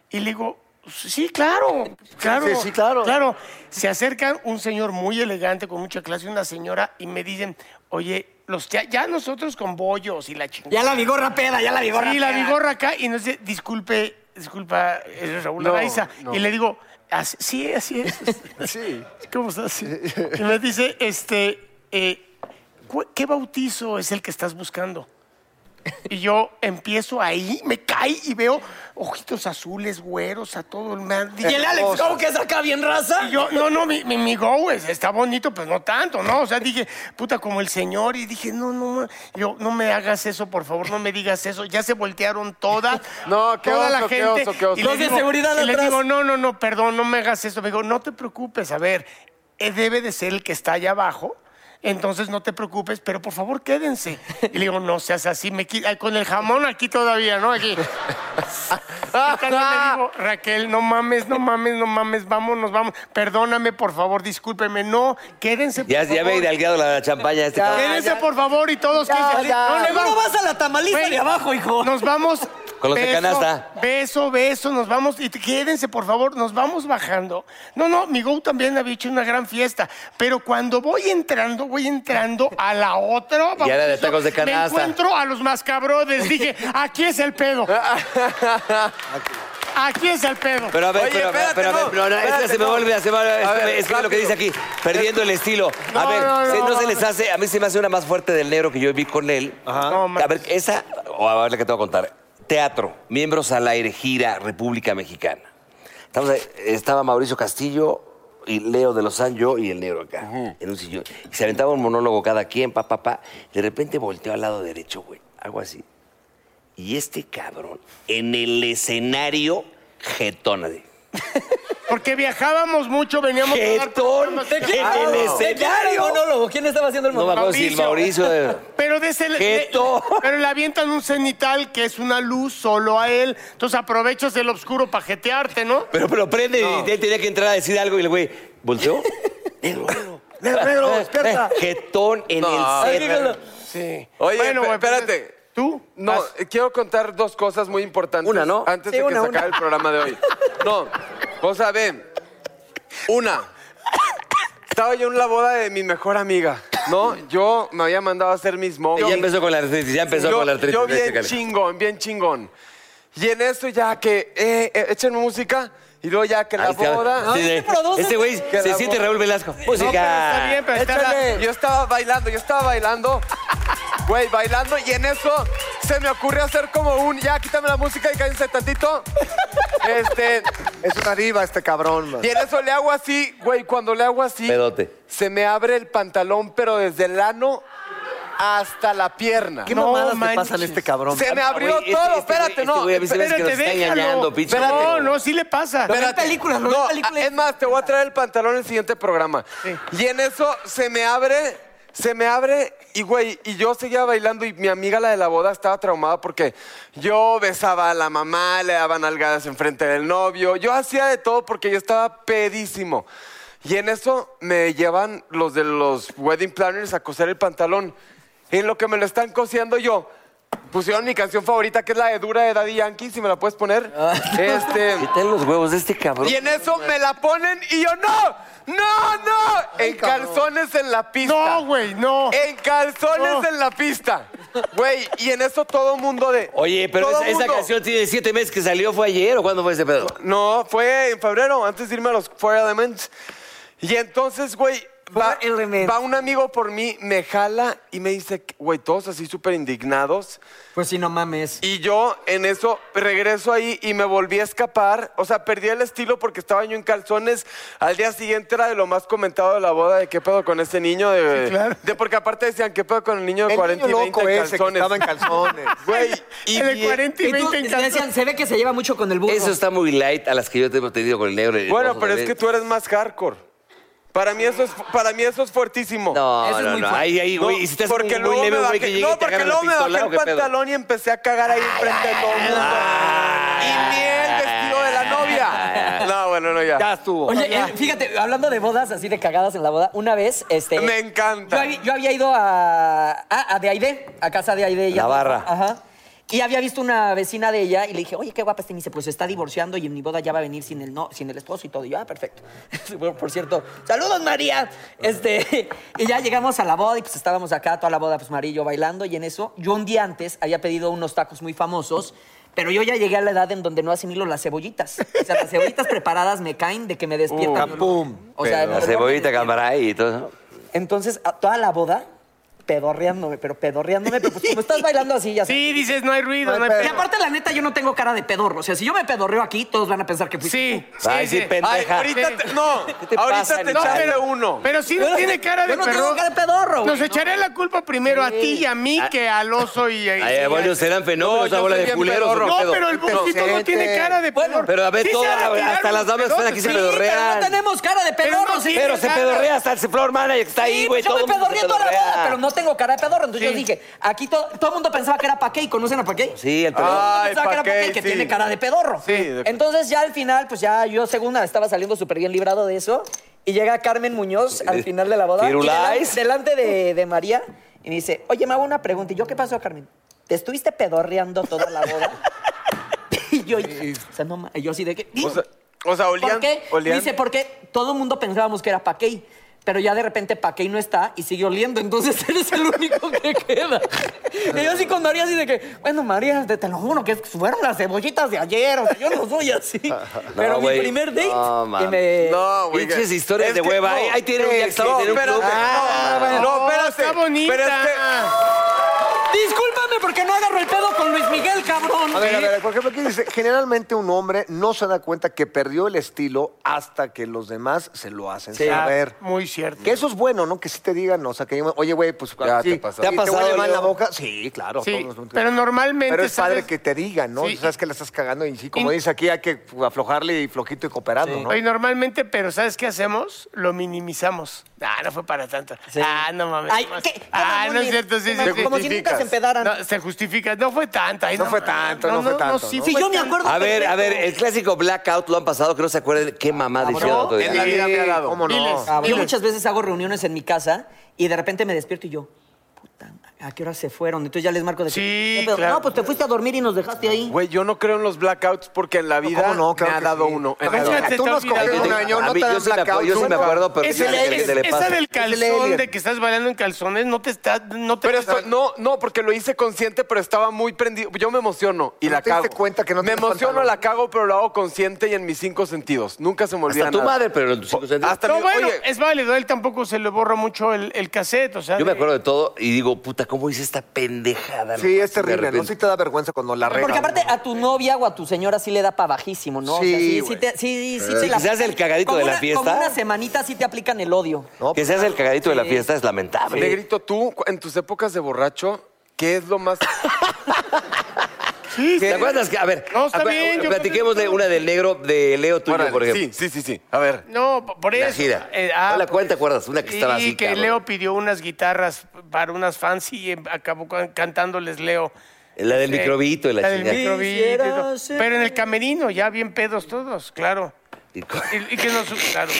Speaker 5: Y le digo, Sí, claro, claro.
Speaker 7: Sí, sí, claro.
Speaker 5: Claro. Se acerca un señor muy elegante, con mucha clase, una señora, y me dicen, oye, los tea- ya nosotros con bollos y la chingada.
Speaker 6: Ya la vigorra peda, ya la vigorra
Speaker 5: Sí, la
Speaker 6: peda.
Speaker 5: vigorra acá, y nos dice, disculpe, disculpa, eres Raúl
Speaker 3: No,
Speaker 5: Araiza.
Speaker 3: no.
Speaker 5: Y le digo, "Así- sí, así
Speaker 6: (laughs)
Speaker 5: es.
Speaker 4: Sí.
Speaker 5: ¿Cómo estás? Y me dice, este, eh, ¿cu- ¿qué bautizo es el que estás buscando? Y yo empiezo ahí, me cae y veo ojitos azules, güeros, a todo el mar.
Speaker 6: Y el Alex Go, que es acá bien raza.
Speaker 5: Y yo, no, no, mi, mi, mi go es- está bonito, pues no tanto, ¿no? O sea, dije, puta, como el señor, y dije, no, no, ma- yo, no me hagas eso, por favor, no me digas eso. Ya se voltearon todas.
Speaker 3: (laughs) No, qué
Speaker 5: toda la
Speaker 3: oso, qué
Speaker 5: gente.
Speaker 3: oso, qué oso.
Speaker 5: Y le
Speaker 6: Los de
Speaker 5: digo-
Speaker 6: seguridad
Speaker 5: y le
Speaker 6: atrás.
Speaker 5: digo, no, no, no, perdón, no me hagas eso. Me dijo, no te preocupes, a ver, eh, debe de ser el que está allá abajo. Entonces no te preocupes, pero por favor quédense. Y le digo, no seas así, me qui- ay, con el jamón aquí todavía, ¿no? Aquí. Entonces le
Speaker 2: (laughs)
Speaker 5: digo, Raquel, no mames, no mames, no mames, vámonos, vamos. Perdóname, por favor, discúlpeme. No, quédense, por
Speaker 2: Ya, ya
Speaker 5: favor.
Speaker 2: me he idealgado la champaña de este cabrón.
Speaker 5: Quédense, por favor, y todos quédense.
Speaker 7: ya.
Speaker 5: No le
Speaker 6: ¿Cómo
Speaker 5: vamos.
Speaker 6: vas a la tamaliza
Speaker 5: Güey,
Speaker 6: de abajo, hijo?
Speaker 5: Nos vamos.
Speaker 2: Con los de canasta.
Speaker 5: Beso, beso, nos vamos. Y te- quédense, por favor, nos vamos bajando. No, no, mi Go también había hecho una gran fiesta. Pero cuando voy entrando, voy entrando a la otra.
Speaker 2: Y era de tacos de
Speaker 5: Me
Speaker 2: canasta.
Speaker 5: encuentro a los mascabrones. Dije, aquí es el pedo.
Speaker 2: (laughs)
Speaker 5: Aquí es el pedo.
Speaker 2: Pero a ver,
Speaker 3: Oye,
Speaker 2: pero,
Speaker 3: espérate,
Speaker 2: pero a ver,
Speaker 3: no,
Speaker 2: pero no, es que
Speaker 3: espérate,
Speaker 2: se me
Speaker 3: no.
Speaker 2: vuelve, se me vuelve,
Speaker 3: A
Speaker 2: es que
Speaker 3: ver,
Speaker 2: es que lo que dice
Speaker 3: rápido.
Speaker 2: aquí, perdiendo el estilo. A
Speaker 5: No,
Speaker 2: ver,
Speaker 5: no,
Speaker 2: se-
Speaker 5: no.
Speaker 2: no se les hace, a mí se me hace una más fuerte del negro que yo vi con él.
Speaker 5: No, man.
Speaker 2: a ver, esa, o a ver la que te voy a contar. Teatro, miembros al aire, gira, República Mexicana. Estamos ahí, estaba Mauricio Castillo y Leo de los yo y el negro acá, en un sillón. Y se aventaba un monólogo cada quien, pa, pa, pa. De repente volteó al lado derecho, güey, algo así. Y este cabrón, en el escenario, jetón, así.
Speaker 5: Porque viajábamos mucho, veníamos a dar
Speaker 2: Jetón Ah,
Speaker 5: programas.
Speaker 2: en el escenario.
Speaker 6: monólogo? ¿Quién estaba haciendo el
Speaker 2: No me
Speaker 6: monólogo?
Speaker 2: acuerdo si el Mauricio. eh,
Speaker 5: Pero de ese le-
Speaker 2: Jeto.
Speaker 5: le- pero le avientan un cenital que es una luz solo a él. Entonces aprovechas el obscuro para jetearte, ¿no?
Speaker 2: Pero, pero prende y él tenía que entrar a decir algo y el güey volteó. Negro, negro,
Speaker 7: Negro, negro,
Speaker 2: Eh,
Speaker 7: despierta.
Speaker 2: Jetón en
Speaker 3: No.
Speaker 2: el
Speaker 3: Ay,
Speaker 2: escenario.
Speaker 5: Sí.
Speaker 3: Oye, pe-
Speaker 5: güey, pues,
Speaker 3: espérate.
Speaker 5: ¿Tú?
Speaker 3: No,
Speaker 5: Vas.
Speaker 3: eh, quiero contar dos cosas muy importantes.
Speaker 2: Una, ¿no?
Speaker 3: Antes
Speaker 7: Sí,
Speaker 3: de que
Speaker 7: una,
Speaker 3: se
Speaker 7: una.
Speaker 3: acabe el programa de hoy. No, cosa B. Una. Estaba yo en la boda de mi mejor amiga, ¿no? Yo me había mandado a hacer mis mongos.
Speaker 2: Ya empezó con la artritis, ya empezó
Speaker 3: yo,
Speaker 2: con la artritis.
Speaker 3: yo
Speaker 2: Este,
Speaker 3: bien
Speaker 2: cale.
Speaker 3: chingón, bien chingón. Y en eso ya que, eh, eh, echen música, y luego ya que la
Speaker 2: Ahí está.
Speaker 3: boda...
Speaker 2: Sí, de- este güey
Speaker 3: Que
Speaker 2: se
Speaker 3: la
Speaker 2: siente
Speaker 3: boda.
Speaker 2: Raúl Velasco.
Speaker 5: No, pero está
Speaker 2: Música.
Speaker 5: bien, pero está
Speaker 3: Échale. Yo estaba bailando, yo estaba bailando. Güey, bailando y en eso se me ocurre hacer como un, ya quítame la música y cállense tantito. Este,
Speaker 4: Es una diva este cabrón, man.
Speaker 3: y en eso le hago así, güey, cuando le hago así,
Speaker 2: Pedote.
Speaker 3: se me abre el pantalón, pero desde el ano hasta la pierna.
Speaker 7: ¿Qué
Speaker 5: No
Speaker 7: mamadas te
Speaker 5: manches.
Speaker 7: pasan a este cabrón?
Speaker 3: Se me abrió
Speaker 2: Güey, este-
Speaker 3: todo,
Speaker 2: este
Speaker 3: espérate,
Speaker 2: güey-
Speaker 3: no.
Speaker 2: Este güey a mí se me hace que
Speaker 5: Espérate,
Speaker 2: nos está
Speaker 5: déjalo.
Speaker 2: engañando, pinche.
Speaker 5: No, no, sí le pasa.
Speaker 3: Espérate.
Speaker 7: películas, lo
Speaker 3: No,
Speaker 7: veo en películas.
Speaker 3: a- Es más, te voy a traer el pantalón en el siguiente programa. Y en eso se me abre, se me abre, y güey, y yo seguía bailando y mi amiga, la de la boda, estaba traumada porque yo besaba a la mamá, le daban algadas enfrente del novio, yo hacía de todo porque yo estaba pedísimo. Y en eso me llevan los de los wedding planners a coser el pantalón. En lo que me lo están cosiendo yo, pusieron mi canción favorita, que es la de Dura de Daddy Yankee, si me la puedes poner.
Speaker 2: (laughs)
Speaker 3: Este...
Speaker 2: ¿Qué tal los huevos de este cabrón?
Speaker 3: Y en eso me la ponen y yo, ¡no! ¡No, no! en calzones en la pista.
Speaker 5: No, güey, no.
Speaker 3: En calzones
Speaker 5: No.
Speaker 3: en la pista. Güey, y en eso todo mundo de...
Speaker 2: Oye, pero
Speaker 3: todo
Speaker 2: esa, esa
Speaker 3: mundo-
Speaker 2: canción tiene siete meses que salió, ¿fue ayer o cuándo fue ese pedo?
Speaker 3: No, fue en febrero, antes de irme a los Four Elements. Y entonces, güey, va,
Speaker 7: Four Elements.
Speaker 3: va un amigo por mí, me jala y me dice, güey, todos así súper indignados.
Speaker 6: Pues sí, no mames.
Speaker 3: Y yo en eso regreso ahí y me volví a escapar. O sea, perdí el estilo porque estaba yo en calzones. Al día siguiente era de lo más comentado de la boda, de qué pedo con ese niño. De,
Speaker 5: claro.
Speaker 3: de- porque aparte decían, qué pedo con el niño de
Speaker 4: El
Speaker 3: 40
Speaker 4: niño
Speaker 3: y 20
Speaker 4: loco
Speaker 3: en
Speaker 4: ese que
Speaker 3: calzones.
Speaker 4: estaba en calzones.
Speaker 3: Güey, y
Speaker 5: El de
Speaker 3: bien-
Speaker 5: 40 y
Speaker 6: Y
Speaker 5: 20
Speaker 6: tú,
Speaker 5: en
Speaker 6: te decían,
Speaker 5: calzón.
Speaker 6: se ve que se lleva mucho con el burro.
Speaker 2: Eso está muy light a las que yo te he tenido con el negro. el
Speaker 3: Bueno,
Speaker 2: oso
Speaker 3: pero es
Speaker 2: también.
Speaker 3: que tú eres más hardcore. Para mí eso es, para mí eso es fuertísimo.
Speaker 2: No,
Speaker 6: Eso es
Speaker 2: no,
Speaker 6: muy
Speaker 2: no.
Speaker 6: fuerte.
Speaker 2: Ahí, ahí, güey.
Speaker 3: No,
Speaker 2: y si te hace
Speaker 3: porque
Speaker 2: un
Speaker 3: luego
Speaker 2: güey leve,
Speaker 3: me
Speaker 2: güey,
Speaker 3: bajé,
Speaker 2: que llegue
Speaker 3: no,
Speaker 2: y te
Speaker 3: porque
Speaker 2: agarra la
Speaker 3: luego me bajé
Speaker 2: pistola,
Speaker 3: el
Speaker 2: ¿o qué pedo?
Speaker 3: pantalón y empecé a cagar ahí enfrente de todo el mundo.
Speaker 2: Ah.
Speaker 3: y ni el vestido de la novia. No, bueno, no, ya.
Speaker 7: Ya estuvo.
Speaker 6: Oye, eh, fíjate, hablando de bodas, así de cagadas en la boda, una vez, este.
Speaker 3: Me
Speaker 6: Yo,
Speaker 3: encanta.
Speaker 6: habí- yo había ido a. ah, a de Aide, a casa de Aide. ella.
Speaker 2: Navarra.
Speaker 6: Ajá. Y había visto una vecina de ella y le dije, oye, qué guapa está. Y me dice, pues se está divorciando y en mi boda ya va a venir sin el, no, sin el esposo y todo. Y yo, ah, perfecto. Bueno, por cierto, saludos, María. Este, y ya llegamos a la boda y pues estábamos acá, toda la boda, pues María y yo bailando. Y en eso, yo un día antes había pedido unos tacos muy famosos. Pero yo ya llegué a la edad en donde no asimilo las cebollitas. O sea, las cebollitas preparadas me caen de que me despiertan.
Speaker 3: pum.
Speaker 6: O sea,
Speaker 2: La
Speaker 6: no-
Speaker 2: cebollita, camaray y todo.
Speaker 6: Entonces, a toda la boda, pedorreándome, pero pedorreándome, pero pues como estás bailando así, ya sabes.
Speaker 5: Sí, dices, no hay ruido, no hay,
Speaker 6: Y
Speaker 5: pedo.
Speaker 6: aparte, la neta, yo no tengo cara de pedorro. O sea, si yo me pedorreo aquí, todos van a pensar que fui.
Speaker 5: Sí, sí,
Speaker 2: Ay, sí, pendeja.
Speaker 3: Ay, ahorita te, no,
Speaker 2: te
Speaker 3: ahorita
Speaker 2: pasa,
Speaker 3: te
Speaker 2: Nico?
Speaker 3: echaste
Speaker 2: No, pero-
Speaker 3: uno.
Speaker 5: Pero sí no tiene cara de
Speaker 6: Yo no tengo
Speaker 5: pedorro.
Speaker 6: cara de pedorro, güey,
Speaker 5: Nos
Speaker 6: ¿no?
Speaker 5: echaré la culpa primero a ti y a mí que al oso y a...
Speaker 2: Ay, bueno, serán fenómenos,
Speaker 3: No, yo
Speaker 2: abuela
Speaker 3: soy
Speaker 2: de
Speaker 3: bien
Speaker 2: culeros.
Speaker 3: pedorro.
Speaker 2: ¿o qué
Speaker 5: no,
Speaker 2: pedo?
Speaker 5: pero el bolsito no tiene cara de pedorro.
Speaker 2: Pero a ver,
Speaker 5: Sí se
Speaker 2: toda
Speaker 5: ha de
Speaker 2: la-
Speaker 5: tirar
Speaker 2: hasta
Speaker 5: unos
Speaker 2: las damas están
Speaker 5: pedotes,
Speaker 2: aquí, se
Speaker 5: sí,
Speaker 2: pedorrean.
Speaker 6: Pero no tenemos cara de
Speaker 5: Pero
Speaker 6: pedorro,
Speaker 5: no
Speaker 6: sí.
Speaker 2: Pero se
Speaker 5: Exacto.
Speaker 2: pedorrea hasta el floor manager que está ahí, güey.
Speaker 6: yo
Speaker 2: todo
Speaker 6: me
Speaker 2: el mundo se
Speaker 6: pedorreé toda la boda,
Speaker 2: pedorrea.
Speaker 6: pero no tengo cara de pedorro. Entonces
Speaker 5: Sí.
Speaker 6: yo dije, aquí to- todo el mundo pensaba que era Paqué. ¿Conocen a Paqué?
Speaker 2: Sí, el pedorro.
Speaker 6: Todo el mundo
Speaker 3: Ay,
Speaker 6: pensaba que era
Speaker 3: Paqué,
Speaker 6: Paqué, que
Speaker 3: sí.
Speaker 6: tiene cara de pedorro.
Speaker 3: Sí, de-
Speaker 6: Entonces ya al final, pues ya yo según estaba saliendo súper bien librado de eso. Y llega Carmen Muñoz al final de la boda. y
Speaker 2: Firulais.
Speaker 6: delan- delante de, de María. Y me dice, oye, me hago una pregunta. ¿Y yo qué pasó, Carmen? ¿Te estuviste pedorreando toda la boda? (laughs) y yo, "Ah, o sea, no, ma- yo así de que...
Speaker 3: O sea, o sea, olían.
Speaker 6: ¿Por qué?
Speaker 3: olían-
Speaker 6: Dice, porque todo el mundo pensábamos que era Paquey, pero ya de repente Paquey no está y sigue oliendo, entonces (laughs) eres el único que queda. Y yo así con María, así de que, bueno, María, te, te lo juro, que fueron las cebollitas de ayer, o sea, yo no soy así. pero
Speaker 2: güey.
Speaker 6: mi primer date,
Speaker 2: No,
Speaker 6: que
Speaker 2: man.
Speaker 6: me...
Speaker 3: No, güey.
Speaker 2: Pinches historias
Speaker 3: Es
Speaker 2: de
Speaker 3: que-
Speaker 2: hueva.
Speaker 3: no,
Speaker 2: Ahí- ahí tiene un
Speaker 3: sí,
Speaker 2: Jackson,
Speaker 3: No,
Speaker 2: tiene un
Speaker 3: espérate.
Speaker 2: club. Ah,
Speaker 3: no, no, espérate.
Speaker 5: está bonita.
Speaker 3: Pero es que-
Speaker 6: Discúlpame porque no agarro el pedo con Luis Miguel,
Speaker 4: (laughs)
Speaker 6: cabrón.
Speaker 4: A ver, a ver, por ejemplo, aquí dice, generalmente un hombre no se da cuenta que perdió el estilo hasta que los demás se lo hacen
Speaker 5: Ah,
Speaker 4: saber.
Speaker 5: Muy cierto.
Speaker 4: Que eso es bueno, ¿no? Que sí te digan, o sea, que oye, güey, pues
Speaker 3: Ya
Speaker 4: sí,
Speaker 3: te pasó.
Speaker 4: sí,
Speaker 2: ¿Te ha pasado,
Speaker 4: huele mal la
Speaker 2: Leo?
Speaker 4: boca? Sí, claro.
Speaker 5: Sí,
Speaker 4: todos nos-
Speaker 5: pero normalmente,
Speaker 4: Pero es padre
Speaker 5: ¿sabes?
Speaker 4: que te digan, ¿no?
Speaker 5: Sí.
Speaker 4: Sabes que la estás cagando y sí, como
Speaker 5: Y-
Speaker 4: dice aquí, hay que aflojarle y flojito y cooperando, ¿no?
Speaker 5: Oye, normalmente, pero ¿sabes qué hacemos? Lo minimizamos. Ah, no fue para tanto. Ah, no mames.
Speaker 6: Ay,
Speaker 5: no mames.
Speaker 6: ¿qué? Qué
Speaker 5: Ah,
Speaker 6: mamón,
Speaker 5: no es
Speaker 6: mira.
Speaker 5: cierto, sí,
Speaker 6: Como-
Speaker 5: sí.
Speaker 6: Como si nunca se empedaran.
Speaker 5: No, se justifica. No fue tanto. ay,
Speaker 4: No fue
Speaker 5: mames.
Speaker 4: tanto, no fue tanto, ¿no?
Speaker 6: si
Speaker 5: fue
Speaker 6: yo me
Speaker 5: tanto.
Speaker 6: acuerdo...
Speaker 2: A ver, a ver,
Speaker 6: perfecto.
Speaker 2: el clásico blackout lo han pasado, que no se acuerden qué mamada hicieron el otro día.
Speaker 3: En la vida me ha dado.
Speaker 4: ¿Cómo no?
Speaker 5: Diles.
Speaker 6: Yo muchas veces hago reuniones en mi casa y de repente me despierto y yo, puta, ¿a qué hora se fueron? Entonces ya les marco de que,
Speaker 5: Sí,
Speaker 6: "¿Qué pedo?".
Speaker 5: claro.
Speaker 6: No, pues te fuiste a dormir y nos dejaste ahí.
Speaker 3: Güey, yo no creo en los blackouts porque en la vida
Speaker 4: ¿Cómo no? Claro
Speaker 3: me ha
Speaker 4: que
Speaker 3: dado
Speaker 4: sí.
Speaker 3: uno. En
Speaker 4: Pero
Speaker 3: la vida.
Speaker 5: Imagínate,
Speaker 4: Tú
Speaker 5: te
Speaker 4: nos
Speaker 5: olvidas.
Speaker 4: coges un
Speaker 5: A
Speaker 4: año,
Speaker 2: A
Speaker 4: no
Speaker 2: mí-
Speaker 4: te
Speaker 2: yo
Speaker 4: dan
Speaker 2: sí me acuerdo,
Speaker 4: blackout.
Speaker 2: yo sí me
Speaker 4: nunca.
Speaker 2: acuerdo, pero
Speaker 5: Esa,
Speaker 2: yo sé que
Speaker 5: es-
Speaker 2: se le
Speaker 5: esa
Speaker 2: pasa.
Speaker 5: del calzón
Speaker 4: alien.
Speaker 5: de que estás bailando en calzones no te está. No te
Speaker 3: Pero esto- no, no, porque lo hice consciente, pero estaba muy prendido. Yo me emociono y
Speaker 4: ¿No
Speaker 3: la
Speaker 4: te
Speaker 3: cago.
Speaker 4: diste cuenta que no
Speaker 3: me
Speaker 4: tenías
Speaker 3: emociono,
Speaker 4: pantalón?
Speaker 3: la cago, pero lo hago consciente y en mis cinco sentidos. Nunca se me olvida
Speaker 2: Hasta tu
Speaker 3: nada.
Speaker 2: madre, pero en tus cinco sentidos.
Speaker 3: Hasta
Speaker 5: No,
Speaker 3: mi-
Speaker 5: bueno,
Speaker 3: oye,
Speaker 5: es válido. A él tampoco se le borra mucho el, el cassette. O sea,
Speaker 2: Yo me
Speaker 5: de-
Speaker 2: acuerdo de todo y digo, puta, ¿cómo hice esta pendejada?
Speaker 4: Sí,
Speaker 2: no?
Speaker 4: es terrible,
Speaker 2: De
Speaker 4: ¿no?
Speaker 2: repente.
Speaker 4: Sí te da vergüenza cuando la regla.
Speaker 6: Porque aparte a tu novia o a tu señora sí le da para bajísimo, ¿no? O sea,
Speaker 4: Sí,
Speaker 6: sí, sí,
Speaker 4: güey.
Speaker 6: te- sí, sí, sí,
Speaker 2: Sí,
Speaker 6: te la-
Speaker 2: Eh, quizás el cagadito
Speaker 6: como
Speaker 2: de la
Speaker 6: una-
Speaker 2: fiesta.
Speaker 6: Como una semanita sí te aplican el odio.
Speaker 2: Que seas el cagadito de la
Speaker 6: Sí.
Speaker 2: fiesta es lamentable.
Speaker 3: Negrito, tú, cu- en tus épocas de borracho, ¿qué es
Speaker 2: (laughs)
Speaker 3: lo más.
Speaker 2: ¿Te acuerdas? que- A ver,
Speaker 5: No, está
Speaker 2: acu-
Speaker 5: bien, yo-
Speaker 2: platiquemos de una del negro, de Leo tuyo,
Speaker 3: Órale,
Speaker 2: por ejemplo.
Speaker 3: sí, sí, sí, sí. A ver.
Speaker 5: No, p- por eso.
Speaker 2: La gira.
Speaker 5: Eh, ah,
Speaker 2: ¿Cuál-
Speaker 5: por
Speaker 2: cuál te
Speaker 5: eso.
Speaker 2: acuerdas? Una que
Speaker 5: Sí,
Speaker 2: estaba así,
Speaker 5: que
Speaker 2: cabrón.
Speaker 5: Leo pidió unas guitarras para unas fans y eh, acabó can- cantándoles Leo.
Speaker 2: La del
Speaker 5: Eh,
Speaker 2: microbito y la,
Speaker 5: del
Speaker 2: chingada.
Speaker 5: microbito y todo.
Speaker 6: Quisiera ser-
Speaker 5: Pero en el camerino, ya bien pedos todos, claro. Y, y que nos. Claro.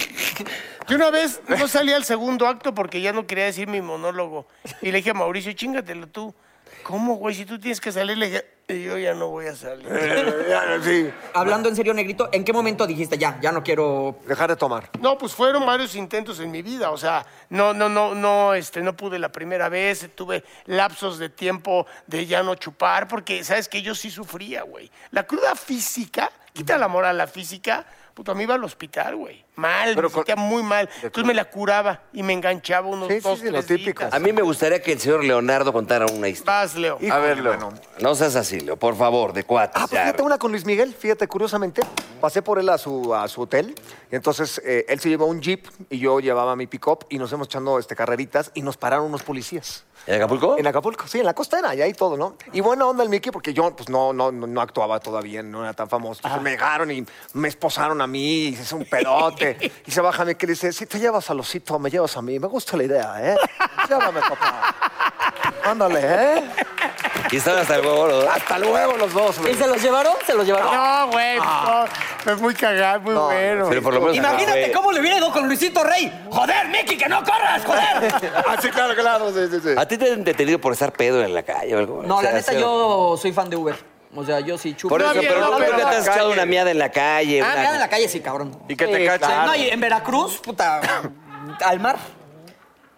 Speaker 5: Yo una vez no salí al segundo acto porque ya no quería decir mi monólogo. Y le dije a Mauricio, chingatelo tú. ¿Cómo, güey? Si tú tienes que salir, le dije, "Y yo ya no voy a salir.
Speaker 4: (laughs) Sí,
Speaker 6: Hablando en serio, Negrito, ¿en qué momento dijiste ya, ya no quiero...
Speaker 4: dejar de tomar.
Speaker 5: No, pues fueron varios intentos en mi vida, o sea, no, no, no, no, este, no pude la primera vez, tuve lapsos de tiempo de ya no chupar, porque sabes que yo sí sufría, güey. La cruda física, quita la moral, la física, puto, a mí iba al hospital, güey, mal,
Speaker 3: Pero
Speaker 5: me
Speaker 3: con-
Speaker 5: sentía muy mal, entonces me la curaba y me enganchaba unos
Speaker 4: Sí, sí,
Speaker 5: dos,
Speaker 4: sí, lo
Speaker 5: tres
Speaker 4: típico.
Speaker 5: días.
Speaker 2: A mí me gustaría que el señor Leonardo contara una historia.
Speaker 5: Vas, Leo.
Speaker 3: A ver, Leo.
Speaker 2: No seas así, Leo, por favor, de cuatro.
Speaker 4: Ah, pues fíjate una con Luis Miguel, fíjate, curiosamente. Pasé por él a su, a su hotel, y entonces eh, él se llevó un jeep y yo llevaba mi pick-up y nos hemos echando este, carreritas y nos pararon unos policías.
Speaker 2: ¿En Acapulco?
Speaker 4: En Acapulco, sí, en la costera, y ahí todo, ¿no? Y buena onda el Mickey, porque yo pues no, no, no actuaba todavía, no era tan famoso. Entonces, Me dejaron y me esposaron a mí, y es un pedote. y se baja Mickey y dice, si te llevas al osito, me llevas a mí. Me gusta la idea, ¿eh? Llévame, papá. Ándale, ¿eh?
Speaker 2: Y están hasta el huevo, ¿verdad?
Speaker 4: Hasta luego los dos,
Speaker 6: ¿Y
Speaker 4: güey.
Speaker 6: se los llevaron? ¿Se los llevaron?
Speaker 5: No, güey, pues no, es muy cagado, muy bueno.
Speaker 2: Pero por lo menos.
Speaker 6: Imagínate
Speaker 2: Güey.
Speaker 6: cómo le hubiera ido con Luisito Rey. ¡Joder, Mickey, que no corras, joder!
Speaker 4: Ah, sí, claro, claro. Sí, sí, sí.
Speaker 2: ¿A ti te han detenido por estar pedo en la calle o algo?
Speaker 6: No,
Speaker 2: O sea,
Speaker 6: la neta,
Speaker 2: hacer-
Speaker 6: yo soy fan de Uber. O sea, yo sí chupo.
Speaker 2: Por eso,
Speaker 5: No, bien,
Speaker 2: pero
Speaker 5: no,
Speaker 2: nunca
Speaker 5: pero
Speaker 2: te
Speaker 5: en la
Speaker 2: has echado
Speaker 5: calle.
Speaker 2: una miada en la calle.
Speaker 6: Ah,
Speaker 2: una-
Speaker 6: mira, en la calle sí, cabrón.
Speaker 3: Y que te
Speaker 7: Eh,
Speaker 3: cachen.
Speaker 6: No, y en Veracruz, puta, (coughs) al mar.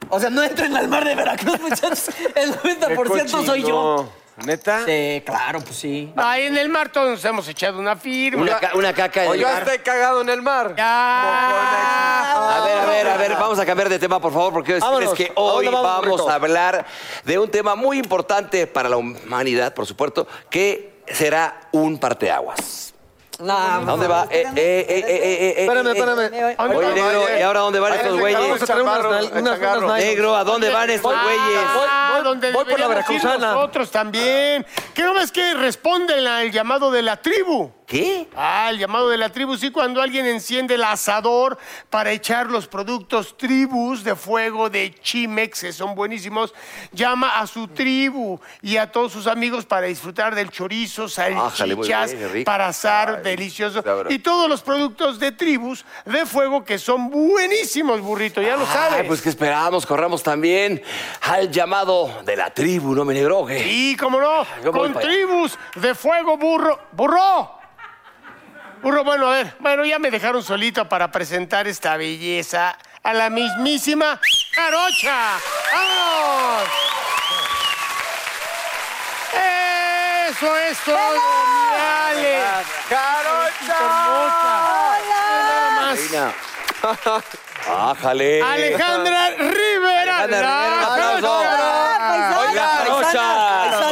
Speaker 6: O sea, no entren al mar de Veracruz, muchachos. El 90% soy yo.
Speaker 3: ¿Neta?
Speaker 6: Sí, claro, pues sí.
Speaker 5: No, ahí en el mar todos nos hemos echado una firma.
Speaker 2: Una, ca- una caca en
Speaker 3: O
Speaker 2: el
Speaker 3: yo
Speaker 2: bar.
Speaker 3: hasta he cagado en el mar.
Speaker 5: Ya.
Speaker 2: A ver, a ver, a ver, vamos a cambiar de tema, por favor, porque quiero decirles
Speaker 4: Vámonos.
Speaker 2: que
Speaker 4: ¿A dónde
Speaker 2: hoy
Speaker 4: vamos,
Speaker 2: vamos
Speaker 4: Rito?
Speaker 2: a hablar de un tema muy importante para la humanidad, por supuesto, que será un parteaguas.
Speaker 6: No,
Speaker 7: pues,
Speaker 2: ¿A dónde va? Eh, eh, eh, eh, eh, eh,
Speaker 4: Espérame,
Speaker 2: eh,
Speaker 4: espérame.
Speaker 2: eh. Oye, negro, ¿y ahora dónde van estos
Speaker 4: Vamos a
Speaker 2: güeyes?
Speaker 4: traer unas,
Speaker 3: Chaparro,
Speaker 4: nal- unas,
Speaker 3: changarro.
Speaker 4: unas nylon.
Speaker 2: Negro, ¿a dónde van estos
Speaker 5: Ah,
Speaker 2: güeyes?
Speaker 4: voy-
Speaker 5: donde
Speaker 4: voy por la
Speaker 5: deberíamos ir
Speaker 4: veracruzana.
Speaker 5: Nosotros también. ¿Qué no ves que responden al llamado de la tribu?
Speaker 2: ¿Qué?
Speaker 5: Ah, el llamado de la tribu, sí, cuando alguien enciende el asador para echar los productos tribus de fuego de Chimex, que son buenísimos, llama a su tribu y a todos sus amigos para disfrutar del chorizo,
Speaker 2: Ájale, muy
Speaker 5: salchichas,
Speaker 2: bien, rico.
Speaker 5: para asar, delicioso,
Speaker 2: sabroso.
Speaker 5: y todos los productos de tribus de fuego que son buenísimos, burrito, ya lo sabes.
Speaker 2: Ay, pues que esperamos, corramos también al llamado de la tribu, ¿no, mi negro? ¿Qué?
Speaker 5: Y cómo no,
Speaker 2: Ah, yo voy
Speaker 5: con
Speaker 2: para allá.
Speaker 5: tribus de fuego, burro. ¡Burro! Burro, bueno, a ver, bueno, ya me dejaron solito para presentar esta belleza a la mismísima Carocha. ¡Vamos! ¡Eso es todo, mi Ale! ¡Carocha! Nada más.
Speaker 2: Reina. (laughs) Ájale.
Speaker 5: Alejandra Rivera.
Speaker 2: Alejandra Rivera, un
Speaker 5: la
Speaker 2: aplauso.
Speaker 5: Carocha.
Speaker 2: Oiga, Rocha.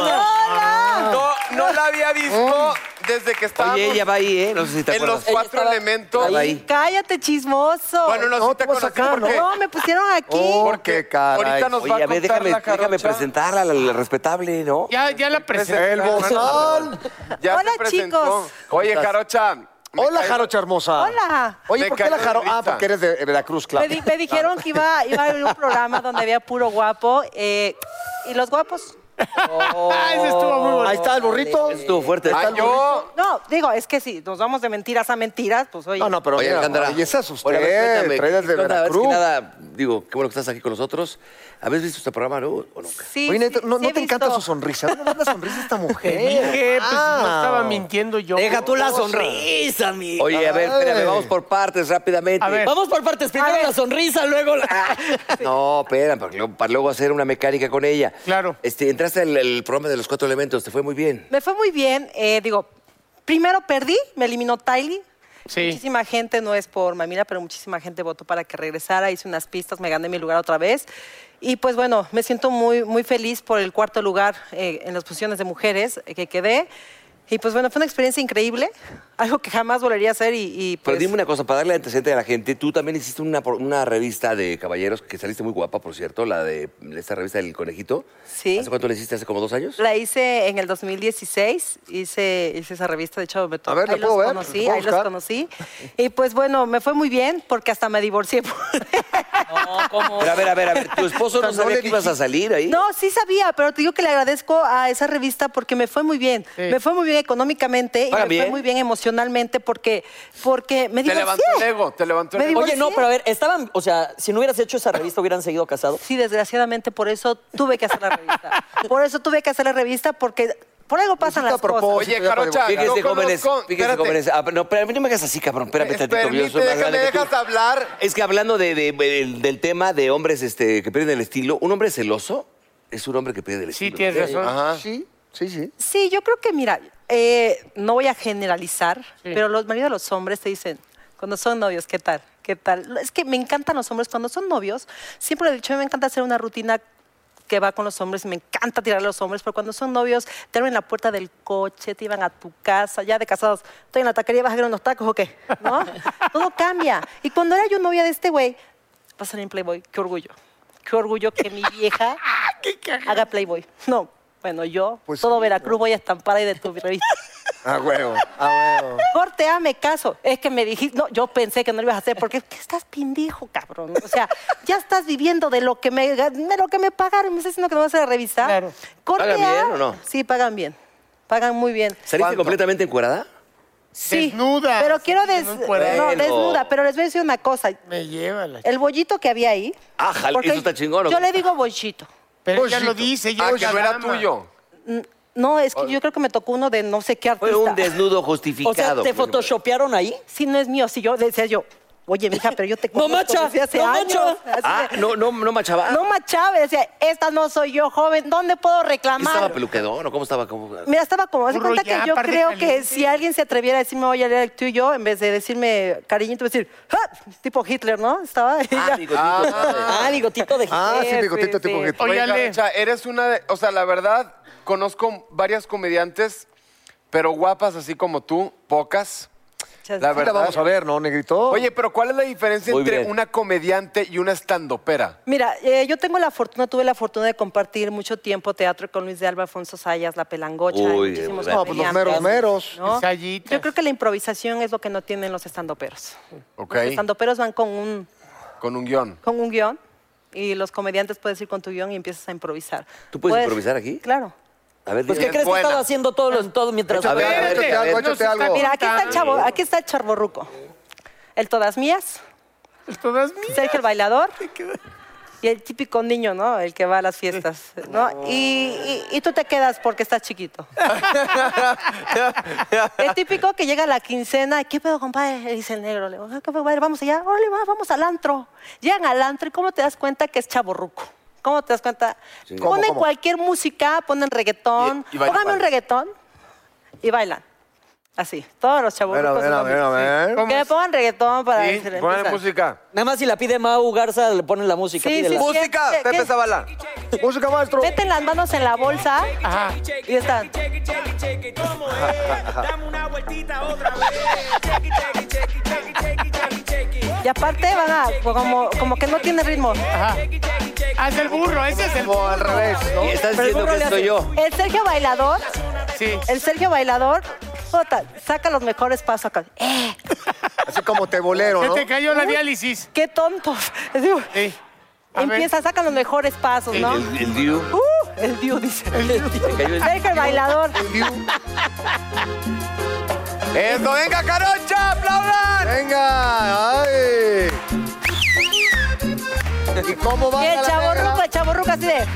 Speaker 3: No, no la había visto desde que estábamos
Speaker 2: Oye, ella va ahí, ¿eh? No sé si te
Speaker 3: en los
Speaker 2: acuerdas.
Speaker 3: cuatro elementos.
Speaker 2: estaba ahí.
Speaker 7: Cállate, chismoso.
Speaker 3: Bueno, no,
Speaker 4: No,
Speaker 3: sí te
Speaker 4: te vas a
Speaker 3: conocí
Speaker 4: sacar,
Speaker 3: porque
Speaker 7: No, me pusieron aquí.
Speaker 4: Oh, qué caray.
Speaker 3: ahorita nos
Speaker 2: Oye,
Speaker 3: va
Speaker 2: a
Speaker 3: a
Speaker 2: ver,
Speaker 3: contar
Speaker 2: déjame,
Speaker 3: la Jarocha.
Speaker 2: déjame presentarla, la, la respetable, ¿no?
Speaker 5: Ya, ya la presenté.
Speaker 4: El bozal.
Speaker 3: Ya
Speaker 7: Hola,
Speaker 3: se presentó.
Speaker 7: chicos.
Speaker 3: Oye, Jarocha. me
Speaker 4: Hola,
Speaker 3: caí-
Speaker 4: Jarocha hermosa.
Speaker 7: Hola.
Speaker 4: Oye,
Speaker 3: Me
Speaker 4: ¿por qué
Speaker 3: cayó
Speaker 4: la
Speaker 3: de
Speaker 4: Jaro? Ah,
Speaker 3: risa.
Speaker 4: porque eres de Veracruz, claro.
Speaker 7: Me, di- me dijeron que iba, iba a haber un programa donde había puro guapo. eh, y los guapos.
Speaker 5: Ah, ese estuvo muy bonito.
Speaker 4: Ahí está el burrito.
Speaker 2: Estuvo fuerte.
Speaker 3: Ay, yo.
Speaker 7: No, digo, es que si nos vamos de mentiras a mentiras, pues oye.
Speaker 4: No, no, pero
Speaker 2: Oye,
Speaker 4: mira,
Speaker 2: Alejandra.
Speaker 4: Y esa es usted.
Speaker 2: Bueno, a ver, cuéntame,
Speaker 4: traídas de
Speaker 2: ¿qué onda? A ver, es que
Speaker 4: Veracruz.
Speaker 2: nada, digo, qué bueno que estás aquí con nosotros. ¿Habéis visto este programa, no? ¿O nunca?
Speaker 7: Sí, sí,
Speaker 4: Oye, neta, ¿no,
Speaker 7: sí
Speaker 4: no
Speaker 7: he
Speaker 4: te encanta
Speaker 7: visto.
Speaker 4: su sonrisa? ¿No la sonrisa esta mujer?
Speaker 5: Dije, pues
Speaker 4: Ah.
Speaker 5: no estaba mintiendo yo.
Speaker 6: Deja tú la sonrisa, mi.
Speaker 2: Oye, a ver, espérame, vamos por partes rápidamente.
Speaker 5: A ver.
Speaker 6: Vamos por partes. Primero la sonrisa, luego la...
Speaker 2: (laughs) No, espera, para luego, para luego hacer una mecánica con ella.
Speaker 5: Claro.
Speaker 2: Este, entraste al el programa de los cuatro elementos, te fue muy bien.
Speaker 7: (laughs) Me fue muy bien. eh, digo, primero perdí, me eliminó Tylee.
Speaker 5: Sí.
Speaker 7: Muchísima gente, no es por mamila, pero muchísima gente votó para que regresara. Hice unas pistas, me gané mi lugar otra vez. Y pues bueno, me siento muy, muy feliz por el cuarto lugar eh, en las posiciones de mujeres eh, que quedé. Y pues bueno, fue una experiencia increíble, algo que jamás volvería a hacer. Y, y,
Speaker 2: Pero
Speaker 7: pues,
Speaker 2: dime una cosa, para darle antecedente a la gente, tú también hiciste una, por- una revista de caballeros que saliste muy guapa, por cierto, la de esta revista del conejito.
Speaker 7: Sí.
Speaker 2: ¿Hace cuánto la hiciste? ¿Hace como dos años?
Speaker 7: La hice en el 2016, hice, hice esa revista, de hecho, me to-
Speaker 4: A ver, ¿la
Speaker 7: ahí los
Speaker 4: puedo ver?
Speaker 7: conocí,
Speaker 4: ¿La puedo
Speaker 7: ahí los
Speaker 4: buscar?
Speaker 7: conocí. Y pues bueno, me fue muy bien porque hasta me divorcié. por-
Speaker 6: (laughs) No, ¿cómo?
Speaker 2: Pero a ver, a ver, a ver, tu
Speaker 3: (laughs)
Speaker 2: esposo no
Speaker 4: No
Speaker 2: sabía
Speaker 4: le
Speaker 2: que ibas a salir ahí.
Speaker 7: No, sí sabía, pero te digo que le agradezco a esa revista porque me fue muy bien. Me fue muy bien económicamente y
Speaker 2: Pagan
Speaker 7: me
Speaker 2: bien.
Speaker 7: fue muy bien emocionalmente porque, porque me divorcié.
Speaker 3: Te levantó el ego, te levantó el
Speaker 7: Me
Speaker 3: ego.
Speaker 7: divorcié.
Speaker 6: Oye, no, pero a ver, estaban... O sea, si no hubieras hecho esa revista, ¿hubieran seguido casados?
Speaker 7: Sí, desgraciadamente por eso tuve que hacer la
Speaker 2: (laughs)
Speaker 7: revista. Por eso tuve que hacer la revista porque por algo pasan
Speaker 4: Hiciste
Speaker 7: las
Speaker 4: a propósito,
Speaker 7: cosas.
Speaker 3: Oye,
Speaker 4: ya para
Speaker 3: Jarocha,
Speaker 4: divorciar.
Speaker 3: no
Speaker 2: Fíjense,
Speaker 3: conozco-
Speaker 2: jóvenes, fíjense,
Speaker 3: espérate.
Speaker 2: jóvenes. Ah, no, pero a mí no me hagas así, cabrón, espérame
Speaker 3: Eh,
Speaker 2: tantito. que yo soy
Speaker 3: Permíteme,
Speaker 2: más
Speaker 3: déjame,
Speaker 2: grande que tú.
Speaker 3: dejas hablar.
Speaker 2: Es que hablando de- de- del, del tema de hombres este, que pierden el estilo, un hombre celoso es un hombre que pierde el
Speaker 5: Sí,
Speaker 2: estilo.
Speaker 5: tienes razón.
Speaker 3: Ajá.
Speaker 4: Sí, sí, sí.
Speaker 7: Sí, yo creo que, mira, eh, no voy a generalizar, pero los maridos de los hombres te dicen, cuando son novios, ¿qué tal? ¿Qué tal? Es que me encantan los hombres cuando son novios. Siempre lo he dicho, a mí me encanta hacer una rutina que va con los hombres, me encanta tirar a los hombres, pero cuando son novios, te abren la puerta del coche, te iban a tu casa, ya de casados, estoy en la taquería, vas a ir unos tacos o qué,
Speaker 4: (laughs)
Speaker 7: ¿no? Todo cambia. Y cuando era yo novia de este güey, va a salir en Playboy, qué orgullo. Qué orgullo que mi
Speaker 4: (laughs)
Speaker 7: vieja haga Playboy. No, bueno, yo,
Speaker 4: Pues
Speaker 7: todo
Speaker 4: sí, (laughs)
Speaker 7: Veracruz voy a estampar ahí de tu revista.
Speaker 4: A huevo, a huevo.
Speaker 7: Corte A, me caso. Es que me dijiste, no, yo pensé que no lo ibas a hacer porque ¿qué estás pindijo, cabrón? O sea, ya estás viviendo de lo que me, de lo que me pagaron. Me estás diciendo que no vas a revisar.
Speaker 5: Claro.
Speaker 7: Corte
Speaker 2: ¿Pagan
Speaker 7: A,
Speaker 2: bien o no?
Speaker 7: Sí, pagan bien. Pagan muy bien.
Speaker 2: ¿Saliste
Speaker 4: ¿Cuánto?
Speaker 2: completamente encuerada?
Speaker 7: Sí.
Speaker 5: Desnuda.
Speaker 7: Pero quiero
Speaker 5: Sí,
Speaker 7: des...
Speaker 5: no encuerada.
Speaker 7: no,
Speaker 2: Bueno.
Speaker 7: desnuda, pero les voy a decir una cosa.
Speaker 5: Me lleva la
Speaker 7: El bollito que había ahí.
Speaker 2: Ah, jale,
Speaker 7: porque
Speaker 2: eso está chingón, ¿o
Speaker 7: Yo
Speaker 2: qué?
Speaker 7: le digo bollito.
Speaker 5: Pero ella lo dice. Ella
Speaker 3: Ah,
Speaker 5: lo
Speaker 3: que no era
Speaker 5: llama.
Speaker 3: tuyo.
Speaker 7: No, es que yo creo que me tocó uno de no sé qué
Speaker 2: Fue
Speaker 7: artista.
Speaker 2: un desnudo
Speaker 8: O sea,
Speaker 2: justificado.
Speaker 8: ¿te
Speaker 2: por ejemplo.
Speaker 8: photoshopearon ahí?
Speaker 7: Sí, no es mío. Si yo decía yo, oye, mija, pero yo
Speaker 8: (laughs)
Speaker 7: te
Speaker 8: No
Speaker 7: conozco
Speaker 8: macha,
Speaker 7: desde hace
Speaker 8: no
Speaker 7: años.
Speaker 8: macha.
Speaker 7: Así
Speaker 2: Ah,
Speaker 7: de-
Speaker 2: no, no, no machaba.
Speaker 7: No machaba, decía, esta no soy yo, joven, ¿dónde puedo
Speaker 2: ¿Estaba
Speaker 7: reclamar?
Speaker 2: peluquedón o cómo estaba? ¿Cómo?
Speaker 7: Mira, estaba como, hace
Speaker 5: Burro
Speaker 7: cuenta
Speaker 5: ya,
Speaker 7: que yo
Speaker 5: par de
Speaker 7: creo que
Speaker 5: calientes.
Speaker 7: si alguien se atreviera a decirme, oye, era tú y yo, en vez de decirme cariñito, decir, ¡Ah! tipo Hitler, ¿no? Estaba
Speaker 2: Ah,
Speaker 7: ella.
Speaker 2: digo, digo,
Speaker 8: Ah, bigotito de
Speaker 4: Ah, sí,
Speaker 7: Eh,
Speaker 4: bigotito
Speaker 7: pues,
Speaker 4: tipo
Speaker 7: sí.
Speaker 4: que...
Speaker 5: Oye,
Speaker 3: Oye,
Speaker 5: Ale.
Speaker 3: Garocha, eres una de. O sea, la verdad, conozco varias comediantes, pero guapas así como tú, pocas. La
Speaker 4: Sí la
Speaker 3: verdad.
Speaker 4: vamos a ver, ¿no, negrito?
Speaker 3: Oye, pero ¿cuál es la diferencia
Speaker 2: Muy
Speaker 3: entre
Speaker 2: bien.
Speaker 3: una comediante y una estandopera?
Speaker 7: Mira, eh, yo tengo la fortuna, tuve la fortuna de compartir mucho tiempo teatro con Luis de Alba, Alfonso Sayas, La Pelangocha,
Speaker 2: Uy,
Speaker 7: y muchísimos
Speaker 2: de verdad.
Speaker 4: No, pues los meros
Speaker 7: comediantes,
Speaker 4: meros.
Speaker 7: ¿no?
Speaker 5: Sayitas.
Speaker 7: Yo creo que la improvisación es lo que no tienen los estandoperos.
Speaker 3: ¿Ok?
Speaker 7: Los estandoperos van con un,
Speaker 3: Con un guión.
Speaker 7: con un guión y los comediantes puedes ir con tu guión y empiezas a improvisar.
Speaker 2: ¿Tú puedes improvisar aquí?
Speaker 7: Claro.
Speaker 2: A ver,
Speaker 8: Pues, ¿qué
Speaker 2: dime.
Speaker 8: crees que
Speaker 3: buena.
Speaker 8: estaba haciendo todo, lo- todo mientras...
Speaker 2: A ver, a ver,
Speaker 4: Échate
Speaker 2: a
Speaker 4: algo,
Speaker 2: ver.
Speaker 4: échate
Speaker 5: no,
Speaker 4: algo.
Speaker 7: Mira, aquí está el chavo, aquí está el charborruco. El todas mías,
Speaker 5: Todas mías.
Speaker 7: Sergio el (laughs) bailador y el típico niño, ¿no? El que va a las fiestas, ¿no? Y, y- y tú te quedas porque estás (laughs) chiquito. El típico que llega a la quincena, ¿qué pedo, compadre? Le dice el negro, le digo, "Ah, ¿qué pedo, compadre? Vamos allá, órale, va, vamos al antro. Llegan al antro y ¿cómo te das cuenta que es chaborruco? ¿Cómo te das cuenta?
Speaker 4: ¿Cómo,
Speaker 7: Ponen
Speaker 4: cómo?
Speaker 7: cualquier música, ponen reggaetón,
Speaker 3: Y- y bailan,
Speaker 7: póngame un
Speaker 3: bailan.
Speaker 7: reggaetón y bailan. Así, todos los
Speaker 4: A ver, a
Speaker 7: chaborrucos.
Speaker 4: ver,
Speaker 7: son
Speaker 4: a
Speaker 7: lo
Speaker 4: ver,
Speaker 7: mismo.
Speaker 4: a ver.
Speaker 7: Que me pongan reggaetón para
Speaker 3: Sí,
Speaker 7: decirle,
Speaker 3: Ponle
Speaker 7: empieza.
Speaker 3: música.
Speaker 8: Nada más si la pide Mau Garza, le ponen la música.
Speaker 7: Sí, sí,
Speaker 8: pídela.
Speaker 7: sí.
Speaker 3: ¡Música!
Speaker 7: ¿Qué-
Speaker 3: Pepe
Speaker 7: qué?
Speaker 3: Zavala.
Speaker 4: Música, maestro.
Speaker 7: Meten las manos en la bolsa
Speaker 5: Ajá.
Speaker 7: y están. (laughs) Y aparte van a, como, como que no tiene ritmo.
Speaker 5: Ajá. Ah, es el burro, ese es el
Speaker 4: O
Speaker 5: burro.
Speaker 4: al revés, ¿no?
Speaker 2: Y estás diciendo
Speaker 7: burro le
Speaker 2: que
Speaker 7: hace-
Speaker 2: soy yo.
Speaker 7: El Sergio Bailador,
Speaker 5: Sí.
Speaker 7: el Sergio Bailador, puta, saca los mejores pasos acá. ¡Eh,
Speaker 4: Así como te bolero,
Speaker 7: (laughs)
Speaker 5: Se
Speaker 4: ¿no?
Speaker 5: te cayó la diálisis.
Speaker 7: qué (laughs) tontos! Así,
Speaker 5: Sí. A ver.
Speaker 7: Empieza, saca los mejores pasos, ¿no?
Speaker 2: El, el Diu.
Speaker 7: ¡Uh! El Dios dice.
Speaker 2: Te cayó el-
Speaker 7: Sergio el Bailador.
Speaker 3: ¡Eso! ¡Venga, Carocha! ¡Aplaudan!
Speaker 4: Venga, ay. ¿Y cómo va?
Speaker 7: Y el chavo ruco, el chavo ruco así de.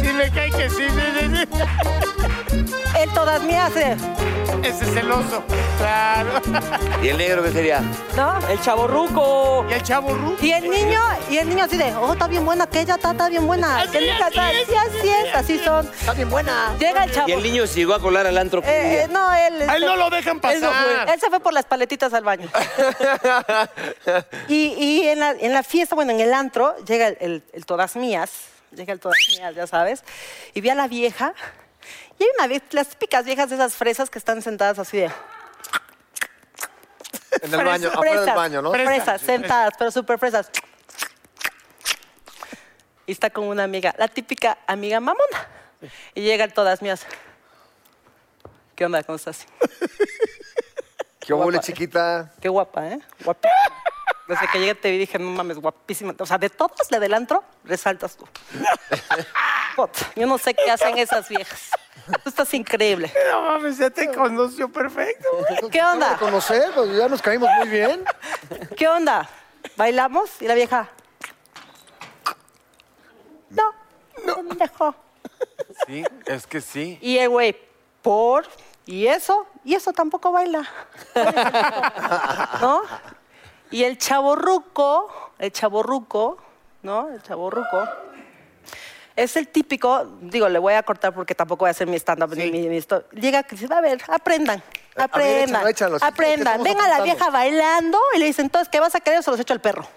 Speaker 5: Sí, me cae que sí, sí, sí, sí.
Speaker 7: El todas mías eh, así de.
Speaker 5: Ese es el oso. Claro. (laughs)
Speaker 2: ¿Y el negro qué sería?
Speaker 7: ¿No?
Speaker 8: El chaborruco.
Speaker 5: Y el chavo ruco.
Speaker 7: Y el niño, y el niño así de, oh, está bien buena, aquella está, está bien buena.
Speaker 5: Así
Speaker 7: que
Speaker 5: es,
Speaker 7: nunca está,
Speaker 5: así es,
Speaker 7: sí, así es, así son. Está bien buena. Llega el chavo.
Speaker 2: ¿Y el niño se llegó a colar al antro? que
Speaker 7: Eh, eh,
Speaker 2: vivía?
Speaker 7: no, él.
Speaker 5: A él
Speaker 7: este,
Speaker 5: no lo dejan
Speaker 7: él no fue.
Speaker 5: pasar.
Speaker 7: Él se fue por las paletitas al
Speaker 5: (laughs)
Speaker 7: baño. y y en, la, en la fiesta, bueno, en el antro, llega el, el- el todas mías, llega el todas mías, ya sabes, y vi a la vieja, y hay una de las típicas viejas de esas fresas que están sentadas así de...
Speaker 4: En el baño, afuera del baño, ¿no?
Speaker 7: Fresas,
Speaker 5: Fresas, sí,
Speaker 7: sentadas, pero súper fresas. Y está con una amiga, la típica amiga mamona. Y llegan todas mías. ¿Qué onda? ¿Cómo estás?
Speaker 4: ¿Qué huele, chiquita?
Speaker 7: Qué guapa, ¿eh? Guapísima. Desde que llegué te vi dije, no mames, guapísima. O sea, de todos le del antro, resaltas
Speaker 5: (laughs)
Speaker 7: tú. Puta, Yo no sé qué hacen esas viejas. Tú estás increíble.
Speaker 5: No mames, ya te conoció perfecto.
Speaker 7: ¿Qué
Speaker 4: ¿Cómo
Speaker 7: onda?
Speaker 4: de conocer? Pues ya nos caímos
Speaker 7: (laughs)
Speaker 4: muy bien.
Speaker 7: ¿Qué onda? ¿Bailamos? Y la vieja. No, no me dejó.
Speaker 3: Sí, es que sí.
Speaker 7: Y el güey, por, y eso, y eso tampoco baila. ¿No? Y el chaborruco, el chaborruco, ¿no? El chaborruco. Es el típico, digo, le voy a cortar porque tampoco voy a hacer mi stand-up ni mi, mi esto. Llega que dice, a ver, aprendan,
Speaker 4: ver,
Speaker 7: aprendan,
Speaker 4: échalo, échalo, sí, que
Speaker 7: aprendan.
Speaker 4: estamos
Speaker 7: Venga la
Speaker 4: apuntando.
Speaker 7: vieja bailando y le dicen, entonces, ¿qué vas a querer? Se los echo al perro.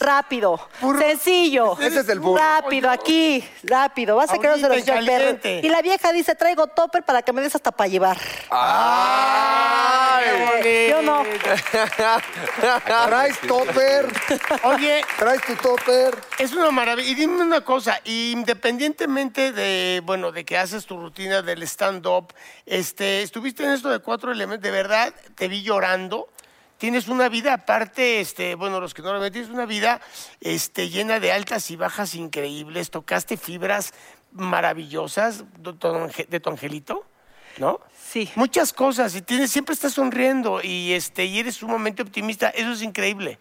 Speaker 7: rápido, sencillo,
Speaker 4: Ese es el burro.
Speaker 7: rápido, aquí, rápido. Vas a querer se los
Speaker 5: Ahorita
Speaker 7: echo al perro.
Speaker 5: caliente.
Speaker 7: Y la vieja dice, traigo topper para que me des hasta para llevar.
Speaker 3: ¡Ay!
Speaker 7: Yo no,
Speaker 4: no. Traes topper.
Speaker 5: Oye.
Speaker 4: Traes tu topper.
Speaker 5: Es una maravilla. Y dime una cosa, independientemente de, bueno, de que haces tu rutina del stand-up, este, estuviste en esto de cuatro elementos, de verdad, te vi llorando. Tienes una vida aparte, este, bueno, los que no lo ven, tienes una vida este, llena de altas y bajas increíbles. Tocaste fibras maravillosas de tu ange- de tu angelito. ¿no? Sí. Muchas cosas y tienes, siempre estás sonriendo y este y eres sumamente optimista. Eso es increíble.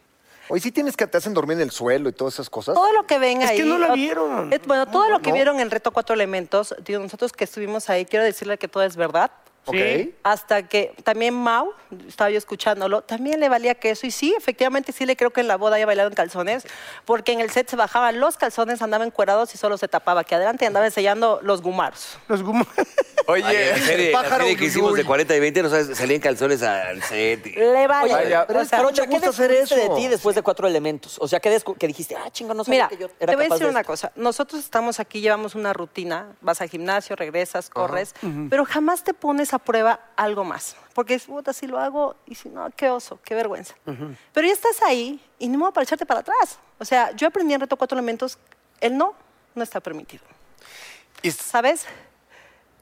Speaker 4: Oye, sí tienes que te hacen dormir en el suelo y todas esas cosas.
Speaker 7: Todo lo que ven
Speaker 4: Es
Speaker 7: ahí.
Speaker 4: que no
Speaker 7: o-
Speaker 4: la vieron.
Speaker 7: es- bueno, todo lo que
Speaker 4: no.
Speaker 7: vieron en Reto Cuatro Elementos, digo, nosotros que estuvimos ahí, quiero decirle que todo es verdad.
Speaker 4: Ok. Sí.
Speaker 7: Hasta que también Mau, estaba yo escuchándolo, también le valía que eso. Y sí, efectivamente, sí le creo que en la boda haya bailado en calzones, porque en el set se bajaban los calzones, andaban cuerados y solo se tapaba. Que adelante andaba ensayando los gumaros.
Speaker 5: Los (laughs) gumaros.
Speaker 3: Oye,
Speaker 2: la serie, la
Speaker 7: pájaro
Speaker 2: serie que hicimos
Speaker 7: Yuyuy.
Speaker 2: de 40 y 20, no sabes, salían calzones al set. y-
Speaker 7: Le vale.
Speaker 8: Oye,
Speaker 7: O sea,
Speaker 8: Carocha, ¿qué descubriste de ti
Speaker 7: de-
Speaker 8: después de cuatro elementos? O sea, ¿qué, descu- que dijiste? Ah, chinga, no sabía
Speaker 7: Mira,
Speaker 8: que yo era
Speaker 7: te voy a
Speaker 8: capaz
Speaker 7: decir
Speaker 8: de
Speaker 7: una
Speaker 8: esto"?
Speaker 7: cosa. Nosotros estamos aquí, llevamos una rutina, vas al gimnasio, regresas, corres,
Speaker 8: Ujú.
Speaker 7: pero jamás te pones a prueba algo más. Porque es, puta, si lo hago, y si no, qué oso, qué vergüenza. Pero ya estás ahí y no me voy para echarte para atrás. O sea, yo aprendí en Reto Cuatro Elementos, el no, no está permitido. ¿Sabes?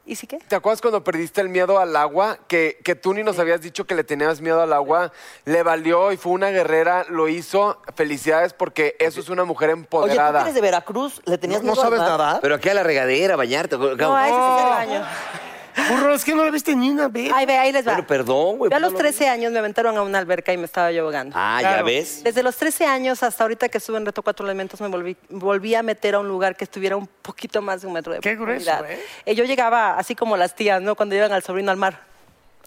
Speaker 7: ¿Y sí qué?
Speaker 3: ¿Te acuerdas cuando perdiste el miedo al agua? Que, que tú ni nos habías dicho que le tenías miedo al agua. Le valió y fue una guerrera, lo hizo. Felicidades porque eso es una mujer
Speaker 8: Oye, tú que
Speaker 3: empoderada.
Speaker 8: eres de Veracruz, le tenías miedo al mar?
Speaker 7: ¿Ah?
Speaker 2: Pero aquí a la regadera, bañarte. No,
Speaker 7: baño.
Speaker 5: Burro, es que no lo viste ni una vez.
Speaker 7: Ahí ve, ahí les va.
Speaker 2: Pero perdón, güey.
Speaker 7: Yo a
Speaker 8: pues
Speaker 2: ¿por
Speaker 7: los
Speaker 2: qué
Speaker 7: 13 años me aventaron a una alberca y me estaba yo ahogando.
Speaker 2: Ah, ¿ya Claro. ves?
Speaker 7: Desde los 13 años hasta ahorita que estuve en Reto Cuatro Elementos me volví, volví a meter a un lugar que estuviera un poquito más de un metro de
Speaker 9: Qué grueso,
Speaker 7: profundidad.
Speaker 9: ¿eh?
Speaker 7: Eh, Yo llegaba así como las tías, ¿no? Cuando llevan al sobrino al mar.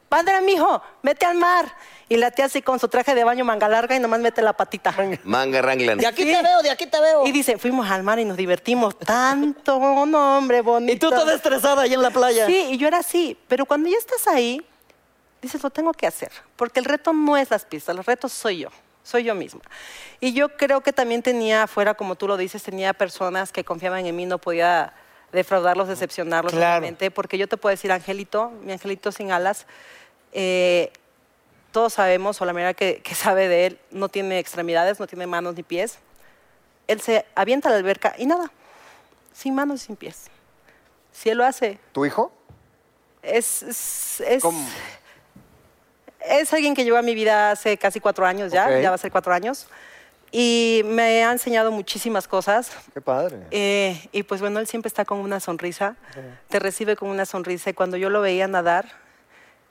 Speaker 7: ¡Padre, mijo! ¡Mete al mar! Y la tía así con su traje de baño manga larga y nomás mete la patita.
Speaker 2: no? Manga Rangland.
Speaker 7: te veo, de aquí te veo. Y dice, fuimos al mar y nos divertimos tanto, no, hombre, bonito. Y tú
Speaker 8: toda estresada ahí en la playa.
Speaker 7: Sí, y yo era así. Pero cuando ya estás ahí, dices, lo tengo que hacer. Porque el reto no es las pistas, el reto soy yo. Soy yo misma. Y yo creo que también tenía afuera, como tú lo dices, tenía personas que confiaban en mí, no podía defraudarlos, decepcionarlos.
Speaker 5: Claro.
Speaker 7: obviamente, porque yo te puedo decir, Angelito, mi Angelito sin alas, eh, todos sabemos, o la manera que, que sabe de él, no tiene extremidades, no tiene manos ni pies. Él se avienta a la alberca y nada, sin manos y sin pies. Si él lo hace,
Speaker 4: ¿Tu hijo?
Speaker 7: es... es, es- es alguien que lleva mi vida hace casi cuatro años ya,
Speaker 4: Ok.
Speaker 7: ya va a ser cuatro años. Y me ha enseñado muchísimas cosas.
Speaker 4: Qué padre.
Speaker 7: Eh, y pues bueno, él siempre está con una sonrisa, te recibe con una sonrisa. Y cuando yo lo veía nadar,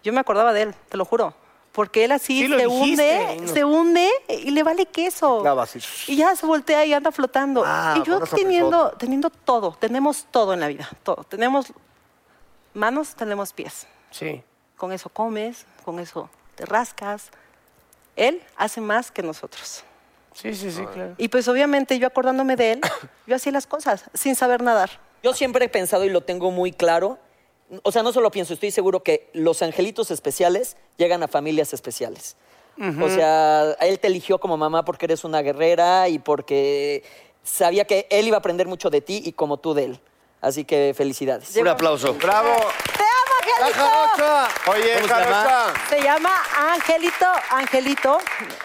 Speaker 7: yo me acordaba de él, te lo juro. Porque él así
Speaker 4: Sí, lo
Speaker 7: se
Speaker 4: dijiste,
Speaker 7: hunde,
Speaker 4: ¿no?
Speaker 7: se hunde y le vale queso.
Speaker 4: Clava así.
Speaker 7: Y ya se voltea y anda flotando.
Speaker 4: Ah,
Speaker 7: y yo
Speaker 4: con razón
Speaker 7: teniendo, teniendo todo, tenemos todo en la vida, todo. Tenemos manos, tenemos pies.
Speaker 5: Sí.
Speaker 7: Con eso comes, con eso te rascas. Él hace más que nosotros.
Speaker 5: Sí, sí, sí, claro.
Speaker 7: Y pues obviamente yo acordándome de
Speaker 4: (coughs)
Speaker 7: él, yo hacía las cosas sin saber nadar.
Speaker 8: Yo siempre he pensado y lo tengo muy claro. O sea, no solo pienso, estoy seguro que los angelitos especiales llegan a familias especiales. O sea, él te eligió como mamá porque eres una guerrera y porque sabía que él iba a aprender mucho de ti y como tú de él. Así que felicidades.
Speaker 2: Un aplauso.
Speaker 3: ¡Bravo! Oye,
Speaker 8: ¿Cómo se llama?
Speaker 3: Jarocha.
Speaker 7: Se llama Angelito. Angelito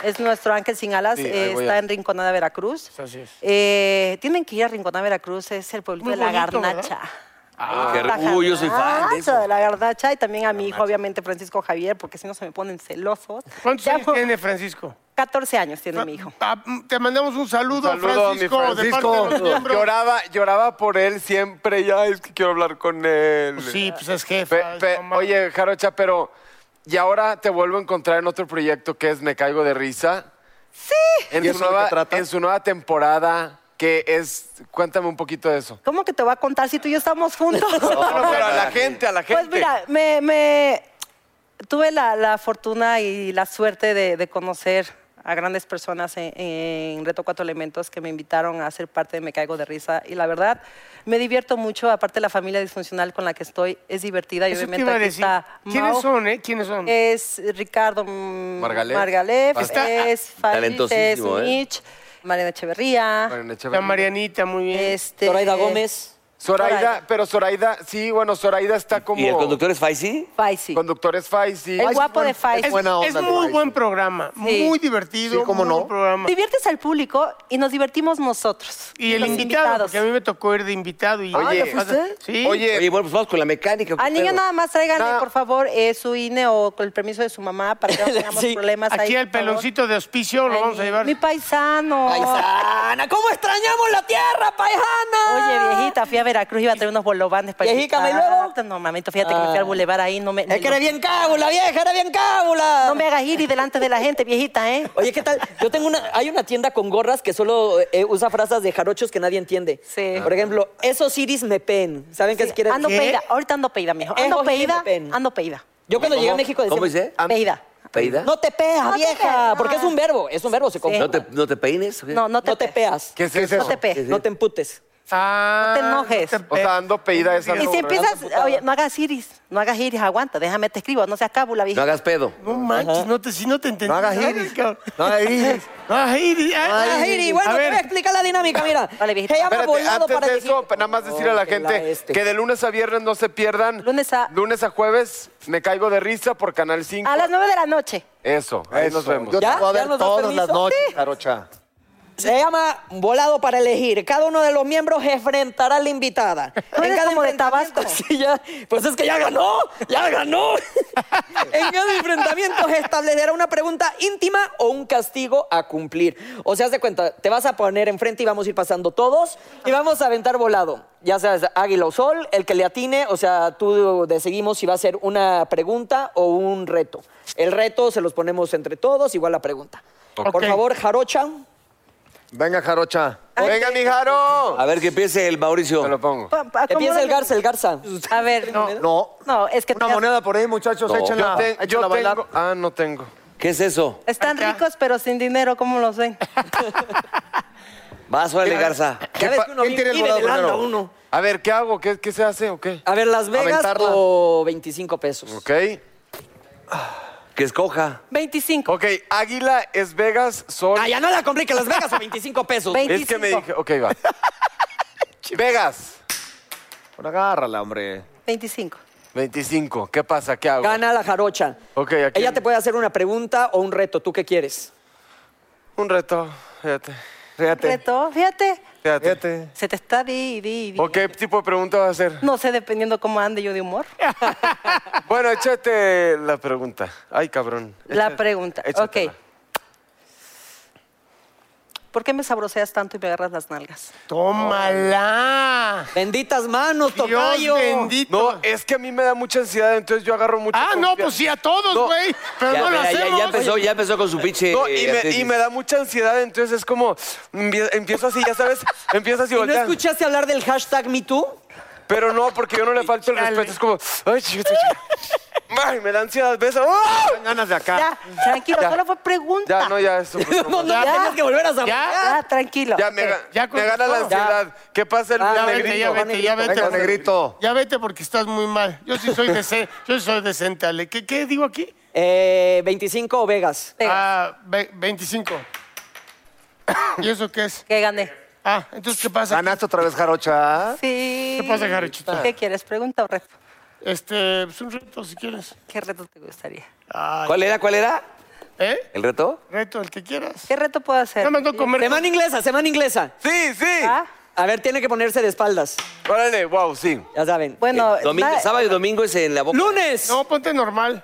Speaker 7: es nuestro ángel sin alas.
Speaker 3: Sí, ahí
Speaker 7: eh,
Speaker 3: voy
Speaker 7: está
Speaker 3: a-
Speaker 7: en Rinconada, Veracruz.
Speaker 5: Así es.
Speaker 7: Eh, tienen que ir a Rinconada, Veracruz. Es el pueblito
Speaker 5: Muy
Speaker 7: de la
Speaker 5: bonito, ¿verdad?
Speaker 7: Garnacha.
Speaker 2: Ah, qué
Speaker 7: La
Speaker 2: rico. Uy, yo soy fan de
Speaker 7: Garnacha,
Speaker 2: eso.
Speaker 7: de la Garnacha. Y también a mi hijo, obviamente, Francisco Javier, porque si no se me ponen celosos.
Speaker 5: ¿Cuántos años tiene Francisco?
Speaker 7: 14 años tiene mi hijo.
Speaker 5: Ah, mm, Te mandamos un saludo,
Speaker 3: Saludo a mi
Speaker 5: Francisco, de parte de los
Speaker 3: Francisco.
Speaker 5: miembros.
Speaker 3: Lloraba, lloraba por él siempre. Ya es que quiero hablar con él.
Speaker 5: Sí, pues es jefa.
Speaker 3: Pe- oye, Jarocha, pero. Y ahora te vuelvo a encontrar en otro proyecto que es Me Caigo de Risa. ¡Sí! En,
Speaker 4: ¿Y
Speaker 3: su
Speaker 4: eso de qué
Speaker 3: nueva,
Speaker 4: trata?
Speaker 3: en su nueva temporada, que es. Cuéntame un poquito de eso.
Speaker 7: ¿Cómo que te voy a contar si tú y yo estamos juntos?
Speaker 3: No, pero a la gente, a la gente.
Speaker 7: Pues mira, me, me- tuve la, la fortuna y la suerte de, de conocer a grandes personas en, en Reto Cuatro Elementos que me invitaron a ser parte de Me Caigo de Risa. Y la verdad, me divierto mucho. Aparte, la familia disfuncional con la que estoy es divertida. Y
Speaker 5: Eso te
Speaker 7: obviamente
Speaker 5: iba a
Speaker 7: aquí
Speaker 5: decir.
Speaker 7: está
Speaker 5: ¿Quiénes
Speaker 7: Mau,
Speaker 5: son, eh? ¿Quiénes son?
Speaker 7: Es Ricardo mm,
Speaker 3: Margalef.
Speaker 7: Margalef,
Speaker 3: Está-
Speaker 7: es Farid, es
Speaker 3: Talentosísimo, ¿eh?
Speaker 5: ah.
Speaker 7: Mitch, Mariana Echeverría.
Speaker 3: Mariana
Speaker 5: La Marianita, muy bien.
Speaker 7: Este,
Speaker 8: Zoraida Gómez.
Speaker 3: Zoraida,
Speaker 7: Zoraida.
Speaker 3: pero Zoraida, sí, bueno, Zoraida está como.
Speaker 2: ¿Y el conductor es Faisy?
Speaker 7: Faisy.
Speaker 3: Conductor es Faisy.
Speaker 7: El guapo de Faisy.
Speaker 5: Es, es muy buen programa, muy divertido, muy buen programa.
Speaker 7: Diviertes al público y nos divertimos nosotros.
Speaker 5: Y el
Speaker 7: los
Speaker 5: invitado,
Speaker 7: invitados.
Speaker 5: porque a mí me tocó ir de invitado. Y
Speaker 7: Ah, ¿ya fuiste?
Speaker 5: Sí.
Speaker 3: Oye,
Speaker 2: bueno, pues vamos con la mecánica.
Speaker 7: Al Ah, niño nada más tráiganle,
Speaker 5: No.
Speaker 7: por favor, eh, su INE o con el permiso de su mamá para (laughs) que no tengamos problemas ahí.
Speaker 5: Aquí al
Speaker 7: por favor.
Speaker 5: peloncito de hospicio lo vamos a llevar.
Speaker 7: Mi paisano.
Speaker 6: Paisana, ¿cómo extrañamos la tierra, paisana?
Speaker 7: Oye, viejita, fui a Veracruz, iba a traer unos bolobandes para
Speaker 6: Viejícame, ¿y
Speaker 7: invitarte. No, mamito, fíjate que me fui al
Speaker 6: Ah.
Speaker 7: bulevar ahí, no me...
Speaker 6: Es que eres bien cábula, vieja, eres bien cábula.
Speaker 7: No me hagas ir y delante de la gente, viejita,
Speaker 6: (laughs)
Speaker 7: ¿eh?
Speaker 6: Oye, ¿qué tal? Yo tengo una, hay una tienda con gorras que solo eh, usa frases de jarochos que nadie entiende.
Speaker 7: Sí.
Speaker 6: Por ejemplo, esos iris me pen. ¿Saben qué se quiere
Speaker 7: Ando
Speaker 6: decir?
Speaker 7: peida, ahorita ando peida, mijo.
Speaker 6: Es
Speaker 7: Ando
Speaker 6: ojillo
Speaker 7: peida,
Speaker 6: de pen.
Speaker 7: ando peida.
Speaker 6: Yo cuando llegué a México decía,
Speaker 2: ¿Cómo dice?
Speaker 7: Peida.
Speaker 2: ¿Peida?
Speaker 6: No te peas,
Speaker 7: No te
Speaker 6: vieja,
Speaker 7: peas.
Speaker 6: porque es un verbo, es un verbo, se confunde.
Speaker 2: ¿No te, no te peines? o qué?
Speaker 7: No, no te,
Speaker 6: No te peas,
Speaker 3: ¿Qué es eso?
Speaker 7: No te pees.
Speaker 6: no te emputes.
Speaker 5: Ah,
Speaker 7: No te enojes.
Speaker 5: no te
Speaker 3: O sea, ando peída esa.
Speaker 7: Y si
Speaker 3: logra.
Speaker 7: empiezas, oye, no hagas iris, no hagas iris, aguanta, déjame te escribo, no seas cábula,
Speaker 2: No
Speaker 7: viejita.
Speaker 2: hagas pedo.
Speaker 5: No manches, no te, si no te entendí.
Speaker 4: No hagas
Speaker 5: nada,
Speaker 4: iris.
Speaker 5: cabrón.
Speaker 4: No
Speaker 2: (laughs)
Speaker 5: (laughs)
Speaker 4: hagas iris.
Speaker 5: No hagas iris. ah,
Speaker 6: Ah,
Speaker 5: ah,
Speaker 6: Iri,
Speaker 5: iris.
Speaker 6: bueno,
Speaker 5: A
Speaker 6: te
Speaker 5: ver,
Speaker 6: voy a explicar la dinámica, mira.
Speaker 7: (laughs) Vale, viejita.
Speaker 6: Se llama
Speaker 3: Espérate,
Speaker 6: volado
Speaker 3: antes
Speaker 6: para
Speaker 3: de
Speaker 6: dirigir.
Speaker 3: eso, nada más decirle a
Speaker 6: Oh,
Speaker 3: la
Speaker 6: que
Speaker 3: gente
Speaker 6: este.
Speaker 3: que de lunes a viernes no se pierdan.
Speaker 7: Lunes a-
Speaker 3: Lunes a jueves, me caigo de risa por Canal 5.
Speaker 7: A las 9 de la noche.
Speaker 3: Eso, ahí nos vemos.
Speaker 4: Yo
Speaker 6: ¿Ya?
Speaker 4: te voy a
Speaker 6: ¿Ya
Speaker 4: ver
Speaker 6: nos das
Speaker 4: todas las
Speaker 6: permiso?
Speaker 4: noches, Jarocha.
Speaker 6: Se llama volado para elegir. Cada uno de los miembros enfrentará a la
Speaker 7: (laughs)
Speaker 6: invitada.
Speaker 7: No eres como de
Speaker 6: enfrentamiento-
Speaker 7: Tabasco.
Speaker 6: (laughs) Sí, ya. Pues es que ya ganó, ya ganó.
Speaker 7: (laughs)
Speaker 6: en cada enfrentamiento se establecerá una pregunta íntima o un castigo a cumplir. O sea, haz de cuenta, te vas a poner enfrente y vamos a ir pasando todos y vamos a aventar volado. Ya sea águila o sol, el que le atine, o sea, tú decidimos si va a ser una pregunta o un reto. El reto se los ponemos entre todos, igual la pregunta. Por
Speaker 5: Ok.
Speaker 6: favor, Jarocha.
Speaker 4: Venga, Jarocha.
Speaker 7: Ah,
Speaker 3: Venga, mi Jaro.
Speaker 2: A ver que empiece el
Speaker 3: Te lo
Speaker 2: Mauricio.
Speaker 3: pongo.
Speaker 7: Pa- pa- ¿cómo
Speaker 6: Empieza
Speaker 7: lo-
Speaker 6: el Garza, el Garza.
Speaker 7: A ver, no.
Speaker 4: No.
Speaker 7: No, es que
Speaker 4: Una
Speaker 7: te-
Speaker 4: moneda por ahí, muchachos.
Speaker 2: No.
Speaker 4: Échenla.
Speaker 3: Yo, te-
Speaker 4: échenla
Speaker 3: yo
Speaker 4: a bailar.
Speaker 3: tengo. Ah, no tengo.
Speaker 2: ¿Qué es eso?
Speaker 7: Están ricos, pero sin dinero, ¿cómo los ven?
Speaker 2: Vas, órale, Garza.
Speaker 6: Ya ves
Speaker 4: pa-
Speaker 6: que uno
Speaker 4: quién
Speaker 6: vive-
Speaker 4: tiene el
Speaker 6: vive
Speaker 4: volado
Speaker 6: velando
Speaker 4: primero?
Speaker 6: a uno.
Speaker 3: A ver, ¿qué hago? ¿Qué, qué se hace o qué?
Speaker 6: A ver, Las Vegas
Speaker 4: Aventarla.
Speaker 6: o 25 pesos.
Speaker 3: Ok.
Speaker 2: Que escoja.
Speaker 7: 25.
Speaker 3: Ok, Águila es Vegas, Sol.
Speaker 6: Ah, ya no la complique, Las Vegas o
Speaker 7: (laughs)
Speaker 6: 25 pesos.
Speaker 7: Ve-
Speaker 3: es que me dije. Ok,
Speaker 7: (laughs)
Speaker 3: va. Vegas,
Speaker 4: Bueno, agárrala, hombre.
Speaker 7: 25.
Speaker 3: 25. ¿Qué pasa? ¿Qué hago?
Speaker 6: Gana la jarocha.
Speaker 3: Ok, aquí.
Speaker 6: Ella te puede hacer una pregunta o un reto. ¿Tú qué quieres?
Speaker 3: Un reto. Fíjate.
Speaker 4: Fíjate.
Speaker 7: Reto, fíjate,
Speaker 3: Fíjate.
Speaker 4: Fíjate.
Speaker 7: se te está di, di, di.
Speaker 3: ¿O qué tipo de pregunta va
Speaker 7: (laughs)
Speaker 3: a hacer?
Speaker 7: No sé, dependiendo cómo ande yo de humor.
Speaker 3: Bueno, échate la pregunta. Ay, cabrón.
Speaker 7: La pregunta.
Speaker 3: Échatela.
Speaker 7: Ok. ¿Por qué me sabroseas tanto y me agarras las nalgas?
Speaker 5: tómala.
Speaker 6: Benditas manos,
Speaker 5: Dios
Speaker 6: tocayo.
Speaker 5: bendito.
Speaker 3: No, es que a mí me da mucha ansiedad, entonces yo agarro mucho.
Speaker 5: ah, no,
Speaker 3: confianza.
Speaker 5: pues sí, a todos,
Speaker 3: No.
Speaker 5: güey. Pero
Speaker 2: Ya,
Speaker 5: no lo
Speaker 2: mira, ya-
Speaker 5: hacemos.
Speaker 2: ya empezó, ya empezó con su pinche.
Speaker 3: No,
Speaker 2: eh,
Speaker 3: y me,
Speaker 2: tesis.
Speaker 3: y me da mucha ansiedad, entonces es como. mm, empie- Empiezo así, ya sabes, (laughs) empiezo así
Speaker 6: ¿Y no
Speaker 3: voltear.
Speaker 6: escuchaste hablar del hashtag MeToo?
Speaker 3: Pero no, porque yo no le falto el
Speaker 5: Chale.
Speaker 3: respeto. Es como, ay, chiquito, chiquito. Ay, me da ansiedad, beso. ¡Ah!
Speaker 4: Dan ganas de acá.
Speaker 7: Ya, tranquilo,
Speaker 3: Ya.
Speaker 7: solo fue pregunta.
Speaker 3: Ya, no, ya, eso. fue todo.
Speaker 6: (laughs) No, no tenías que volver a saber.
Speaker 7: Ya, tranquilo.
Speaker 3: Ya, me,
Speaker 7: Ok.
Speaker 3: ga-
Speaker 5: Ya
Speaker 3: me gana
Speaker 5: contestó.
Speaker 3: la ansiedad. ¿Qué pasa el
Speaker 6: Ya,
Speaker 3: negrito?
Speaker 5: vete, ya vete, ya vete.
Speaker 4: Venga,
Speaker 5: porque-
Speaker 4: negrito.
Speaker 5: Ya vete porque estás muy mal. Yo sí soy decente. Yo sí soy decente, Ale. ¿Qué, qué digo aquí?
Speaker 6: Eh, 25 o Vegas.
Speaker 7: Venga,
Speaker 5: Ah, ve- 25. ¿Y eso qué es?
Speaker 7: que gané.
Speaker 5: Ah, entonces, ¿qué pasa? aquí?
Speaker 4: Ganaste otra vez, Jarocha.
Speaker 7: Sí.
Speaker 5: ¿Qué pasa, Jarochita?
Speaker 7: ¿Qué quieres? ¿Pregunta o reto?
Speaker 5: Este, es un reto, si quieres.
Speaker 7: ¿Qué reto te gustaría?
Speaker 5: Ay,
Speaker 2: ¿Cuál era? ¿Cuál era?
Speaker 5: ¿Eh?
Speaker 2: ¿El reto?
Speaker 5: Reto, el que quieras.
Speaker 7: ¿Qué reto puedo hacer?
Speaker 5: No me no comer.
Speaker 6: Semana inglesa, semana inglesa.
Speaker 3: Sí, sí.
Speaker 7: Ah,
Speaker 6: A ver, tiene que ponerse de espaldas.
Speaker 3: Órale, wow, sí.
Speaker 6: Ya saben. Eh,
Speaker 7: Bueno,
Speaker 2: Domingo,
Speaker 7: da-
Speaker 2: sábado y domingo es en la boca.
Speaker 6: ¡Lunes!
Speaker 5: No, ponte normal.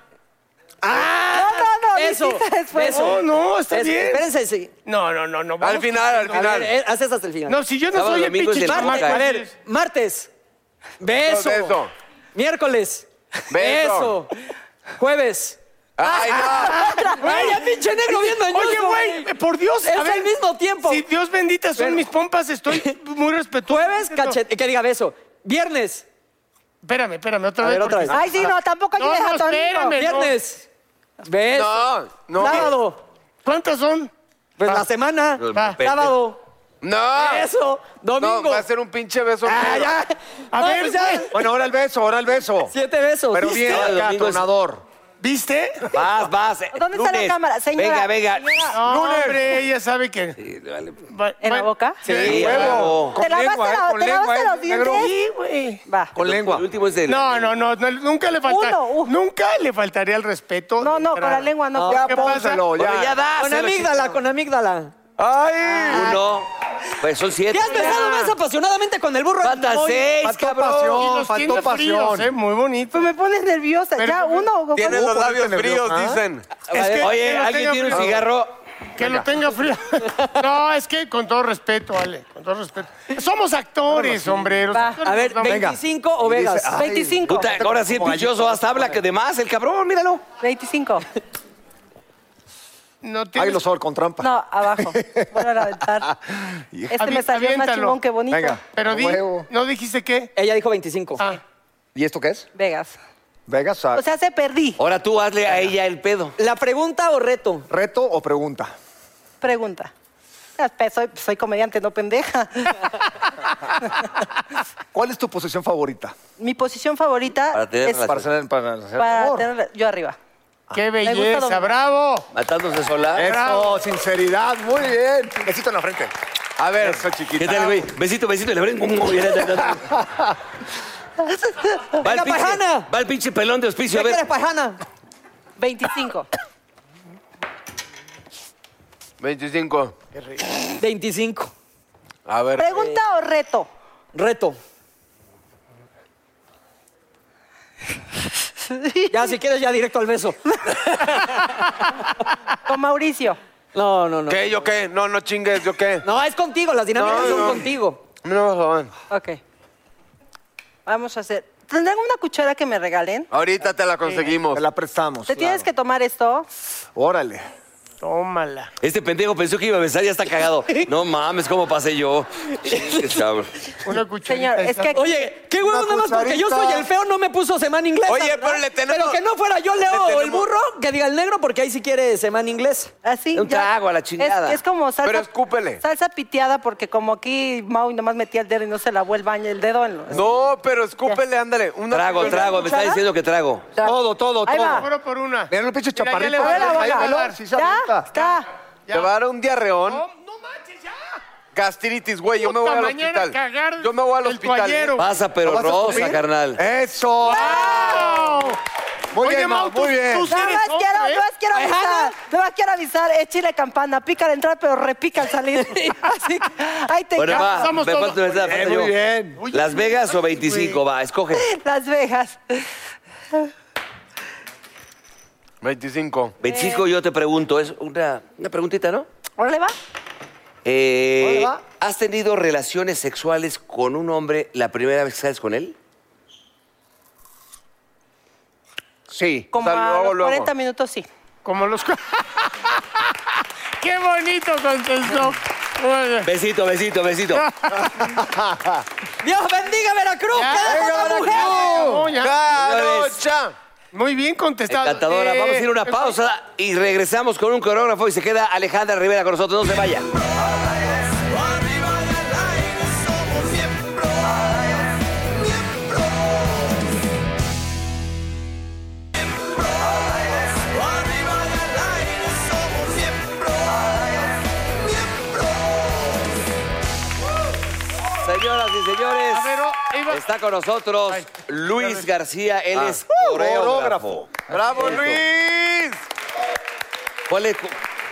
Speaker 6: ¡Ah!
Speaker 7: No, no, no,
Speaker 6: Eso,
Speaker 7: mis hijas después.
Speaker 6: eso.
Speaker 5: Oh, No, no, está
Speaker 6: Eso,
Speaker 5: bien.
Speaker 6: Espérense, sí.
Speaker 5: No, no, no, no.
Speaker 3: Al
Speaker 5: vamos-
Speaker 3: final, al
Speaker 6: A ver,
Speaker 3: final.
Speaker 6: eh, haces hasta el final.
Speaker 5: No, si yo no
Speaker 2: Sábado,
Speaker 5: soy el
Speaker 2: domingo es
Speaker 5: pinche
Speaker 2: el
Speaker 5: chamaco,
Speaker 6: martes,
Speaker 2: Marca.
Speaker 6: a
Speaker 5: así
Speaker 6: ver,
Speaker 5: es.
Speaker 6: martes. Beso.
Speaker 3: No, beso.
Speaker 6: Miércoles.
Speaker 3: Beso.
Speaker 6: Jueves.
Speaker 3: Ay, no.
Speaker 6: Güey, ya pinche negro viendo el
Speaker 5: Oye,
Speaker 6: ñoco,
Speaker 5: güey, eh, por Dios.
Speaker 6: Es
Speaker 5: a ver,
Speaker 6: al mismo tiempo.
Speaker 5: Si Dios bendita son
Speaker 6: Pero-
Speaker 5: mis pompas, estoy muy respetuoso.
Speaker 6: Jueves,
Speaker 5: No,
Speaker 6: cachete. Que diga beso. Viernes.
Speaker 5: Espérame, espérame, otra
Speaker 6: A
Speaker 5: vez.
Speaker 6: ver, otra
Speaker 5: porque-
Speaker 6: vez.
Speaker 7: Ay, sí, no, tampoco
Speaker 5: No,
Speaker 7: ayudes
Speaker 5: no,
Speaker 7: a tu amigo.
Speaker 5: espérame. no.
Speaker 6: Viernes. Beso.
Speaker 3: No, no.
Speaker 6: Sábado.
Speaker 5: ¿Cuántas son? Ah.
Speaker 6: Pues la semana.
Speaker 5: Va.
Speaker 6: Sábado.
Speaker 3: No.
Speaker 6: Beso. Eh, Domingo.
Speaker 3: No, va a ser un pinche beso.
Speaker 6: Ah,
Speaker 3: negro.
Speaker 6: ya.
Speaker 5: A
Speaker 6: No,
Speaker 5: ver,
Speaker 6: pues ya.
Speaker 5: güey.
Speaker 4: Bueno, ahora el beso, ahora el beso.
Speaker 6: Siete besos.
Speaker 4: Pero
Speaker 6: ¿Viste? Ah,
Speaker 4: bien,
Speaker 2: Sábado,
Speaker 4: acá,
Speaker 2: domingo es-
Speaker 4: tronador.
Speaker 5: ¿Viste?
Speaker 2: Vas, vas. eh,
Speaker 7: ¿Dónde está la
Speaker 2: lunes.
Speaker 7: cámara, señora?
Speaker 2: Venga, venga.
Speaker 7: Señora.
Speaker 5: No,
Speaker 7: ¡Lunes!
Speaker 5: hombre, ella sabe que... Va-
Speaker 7: ¿En la
Speaker 5: va-
Speaker 7: boca?
Speaker 2: Sí,
Speaker 5: Sí,
Speaker 2: a huevo.
Speaker 7: ¿Te lavaste,
Speaker 3: lengua, eh,
Speaker 7: la-
Speaker 3: con
Speaker 7: ¿te
Speaker 3: lengua,
Speaker 7: lavaste
Speaker 3: eh,
Speaker 7: los
Speaker 3: negro.
Speaker 7: dientes?
Speaker 5: Sí, güey.
Speaker 7: Va.
Speaker 3: Con lengua.
Speaker 2: El último es de...
Speaker 5: No, no, no, no, nunca le faltaría.
Speaker 7: Uno, uh.
Speaker 5: Nunca le faltaría el respeto.
Speaker 7: No,
Speaker 5: de
Speaker 7: no, con la
Speaker 5: entrada.
Speaker 7: lengua no.
Speaker 4: Ya
Speaker 5: ¿Qué pasa?
Speaker 4: pónselo, ya.
Speaker 2: Bueno, ya da.
Speaker 8: Con amígdala, con amígdala.
Speaker 3: ¡Ay!
Speaker 2: Uno. Pues son siete.
Speaker 8: ¿Te has besado más apasionadamente con el burro?
Speaker 2: Faltan
Speaker 8: Hoy-
Speaker 2: seis,
Speaker 4: Faltó
Speaker 2: cabrón.
Speaker 5: Y
Speaker 4: pasión,
Speaker 5: los tiene
Speaker 4: faltó
Speaker 5: fríos,
Speaker 4: pasión.
Speaker 5: ¿eh? Muy bonito.
Speaker 7: Pues me pones nerviosa.
Speaker 5: Pero-
Speaker 7: ya, uno. ¿cómo?
Speaker 3: Tiene los
Speaker 4: Uh,
Speaker 3: labios
Speaker 4: ponerte
Speaker 3: fríos,
Speaker 4: nervioso, ¿ah?
Speaker 3: dicen.
Speaker 5: Es que- que
Speaker 2: Oye,
Speaker 5: no
Speaker 2: ¿alguien
Speaker 5: tenga
Speaker 2: tiene un
Speaker 5: frío.
Speaker 2: cigarro?
Speaker 5: Que lo tenga frío. No, es que con todo respeto, Ale, con todo respeto. Somos actores, hombre. los
Speaker 7: Va,
Speaker 5: actores
Speaker 8: A ver,
Speaker 5: nos damos-
Speaker 8: 25 o Vegas.
Speaker 4: Dice, ay,
Speaker 7: 25.
Speaker 2: Puta, ahora sí el pinchoso hasta habla que de más, el cabrón, míralo.
Speaker 7: 25.
Speaker 5: No
Speaker 4: Ay,
Speaker 5: tienes...
Speaker 4: los sol con trampa. (laughs)
Speaker 7: No, abajo. Voy a aventar. Este me
Speaker 5: Avi-
Speaker 7: salió más
Speaker 5: aviéntalo.
Speaker 7: chingón que bonito.
Speaker 4: Venga.
Speaker 5: Pero
Speaker 4: A
Speaker 5: di,
Speaker 4: huevo.
Speaker 5: ¿no dijiste qué?
Speaker 8: Ella dijo 25.
Speaker 5: Ah,
Speaker 4: ¿Y esto qué es?
Speaker 7: Vegas.
Speaker 4: Vegas, ¿sabes?
Speaker 7: O sea, se perdí.
Speaker 2: Ahora tú hazle a ella el pedo.
Speaker 8: ¿La pregunta o reto?
Speaker 4: ¿reto o pregunta?
Speaker 7: Pregunta. Ah, pe-
Speaker 6: pues,
Speaker 7: Soy, soy comediante, no pendeja.
Speaker 4: ¿Cuál es tu posición favorita?
Speaker 7: Mi posición favorita
Speaker 2: Para tener
Speaker 7: es
Speaker 2: relación.
Speaker 4: Para hacer, para hacer
Speaker 7: para
Speaker 4: amor.
Speaker 7: tener- yo arriba.
Speaker 5: qué
Speaker 7: gusta
Speaker 5: belleza,
Speaker 7: dominar.
Speaker 5: bravo.
Speaker 2: Matándose sola.
Speaker 4: Eso,
Speaker 5: Bravo.
Speaker 4: sinceridad, muy bien. Besito en la frente.
Speaker 3: A ver,
Speaker 2: ¿Qué tal, güey? Besito, besito, y le abren. Va el
Speaker 8: Venga,
Speaker 2: pinche,
Speaker 8: pajana.
Speaker 2: va el pinche pelón de
Speaker 8: ¿Qué
Speaker 2: hospicio. A ver,
Speaker 8: quieres, pajana?
Speaker 7: 25.
Speaker 3: 25.
Speaker 8: 25.
Speaker 3: A ver. eh,
Speaker 7: ¿Pregunta o reto? (laughs)
Speaker 8: Reto. Ya, si quieres, ya directo al beso.
Speaker 7: (laughs) Con Mauricio.
Speaker 8: No, no, no.
Speaker 3: ¿Qué? ¿Yo qué? No, no chingues, ¿yo qué?
Speaker 8: No, es contigo, las dinámicas
Speaker 3: No,
Speaker 8: son
Speaker 3: no.
Speaker 8: contigo.
Speaker 3: No, Joan.
Speaker 7: Ok. Vamos a hacer. ¿Tendrán una cuchara que me regalen?
Speaker 3: Ahorita te la conseguimos.
Speaker 4: Te la prestamos.
Speaker 7: Te tienes que tomar esto.
Speaker 4: Órale.
Speaker 5: Tómala.
Speaker 2: este pendejo pensó que iba a besar y ya está cagado. No mames, ¿cómo pasé yo? Chingues, cabrón.
Speaker 5: Una cucharita.
Speaker 7: Señor, es
Speaker 5: esa.
Speaker 7: que-
Speaker 8: Oye, qué huevo
Speaker 4: Una
Speaker 8: nada más porque yo soy
Speaker 4: cucharita.
Speaker 8: el feo, no me puso semana inglesa.
Speaker 3: Oye,
Speaker 8: ¿verdad?
Speaker 3: pero le tenemos-
Speaker 8: Pero que no fuera yo, Leo,
Speaker 3: Le
Speaker 8: o el
Speaker 3: tenemos-
Speaker 8: burro, que diga el negro, porque ahí sí quiere semana inglesa.
Speaker 7: Así.
Speaker 2: Un
Speaker 7: ya.
Speaker 2: trago a la
Speaker 7: Es-
Speaker 2: chingada.
Speaker 7: Es, como salsa.
Speaker 3: Pero escúpele.
Speaker 7: Salsa piteada, porque como aquí Mau nomás metía el dedo y no se lavó el baño, el dedo en los.
Speaker 3: No, pero escúpele, ándale. Una
Speaker 2: Trago, trago, me está
Speaker 7: cuchara?
Speaker 2: diciendo que trago.
Speaker 4: Todo, todo,
Speaker 7: Ahí
Speaker 4: todo.
Speaker 7: va.
Speaker 5: Fuera por una.
Speaker 4: Mira el pinche
Speaker 5: Mira, ya
Speaker 4: chaparrito.
Speaker 5: le va a
Speaker 4: Ahí
Speaker 5: dar,
Speaker 4: va,
Speaker 5: ahí
Speaker 4: ahí
Speaker 5: va a
Speaker 4: va,
Speaker 5: dar.
Speaker 4: sí se
Speaker 7: Ya,
Speaker 4: avienta.
Speaker 7: está.
Speaker 3: Te va a dar un diarreón,
Speaker 5: No, no manches, ya.
Speaker 3: gastritis, güey. Yo me voy
Speaker 5: Puta,
Speaker 3: al
Speaker 5: mañana
Speaker 3: hospital.
Speaker 5: cagar
Speaker 3: yo me voy al
Speaker 5: el
Speaker 3: hospital. ¿eh?
Speaker 5: toallero.
Speaker 2: Pasa, pero
Speaker 4: ¿Lo vas a Eh,
Speaker 2: rosa,
Speaker 4: escupir?
Speaker 2: carnal.
Speaker 4: Eso.
Speaker 5: ¡Wow!
Speaker 4: Muy
Speaker 5: Oye,
Speaker 4: bien,
Speaker 5: Mau,
Speaker 4: Mau,
Speaker 5: tú-
Speaker 4: muy bien.
Speaker 5: tú sí
Speaker 7: Nada
Speaker 5: eres
Speaker 7: más
Speaker 5: hombre,
Speaker 7: quiero,
Speaker 5: ¿eh?
Speaker 7: nada más quiero
Speaker 8: Ajá.
Speaker 7: avisar, nada más quiero avisar, es chile campana, pica al entrar pero repica
Speaker 8: (laughs)
Speaker 7: al salir. (laughs) Así que ahí te
Speaker 2: Bueno,
Speaker 7: encargo.
Speaker 2: va, me
Speaker 5: somos todos.
Speaker 2: falta, me falta
Speaker 4: Bien,
Speaker 2: yo.
Speaker 4: muy bien.
Speaker 5: Oye,
Speaker 2: ¿Las Vegas o 25? Va, escoge.
Speaker 6: Eh.
Speaker 7: Las Vegas.
Speaker 3: 25.
Speaker 2: 25 yo te pregunto, es una, una preguntita, ¿no?
Speaker 7: ¿Órale va?
Speaker 2: Eh,
Speaker 4: Hola.
Speaker 2: ¿Has tenido relaciones sexuales con un hombre la primera vez que sales con él?
Speaker 4: Sí.
Speaker 7: Como
Speaker 3: Sal-
Speaker 7: a
Speaker 3: luego,
Speaker 7: los
Speaker 3: luego.
Speaker 7: 40 minutos sí.
Speaker 5: Como los... (laughs) ¡Qué bonito contestó! Oye,
Speaker 2: Besito, besito, besito.
Speaker 8: Dios bendiga Veracruz,
Speaker 5: Ya,
Speaker 8: ¿qué es
Speaker 5: venga,
Speaker 8: esa
Speaker 5: Veracruz.
Speaker 8: mujer?
Speaker 5: no, ya.
Speaker 3: ¡Carocha!
Speaker 5: Muy bien contestado.
Speaker 2: Encantadora,
Speaker 5: Eh,
Speaker 2: vamos a ir a una pausa y regresamos con un coreógrafo y se queda Alejandra Rivera con nosotros, no se vaya.
Speaker 1: Arriba y al aire somos miembros. Miembros. Miembros. Arriba y al aire somos miembros. Miembros.
Speaker 2: Señoras y señores,
Speaker 5: A ver, oh, Iván.
Speaker 2: está con nosotros
Speaker 5: Ay.
Speaker 2: Luis García, él
Speaker 3: Ah.
Speaker 2: es
Speaker 3: Uh,
Speaker 2: coreógrafo.
Speaker 3: coreógrafo. ¡Bravo,
Speaker 2: Eso.
Speaker 3: Luis!
Speaker 2: ¿Cuál es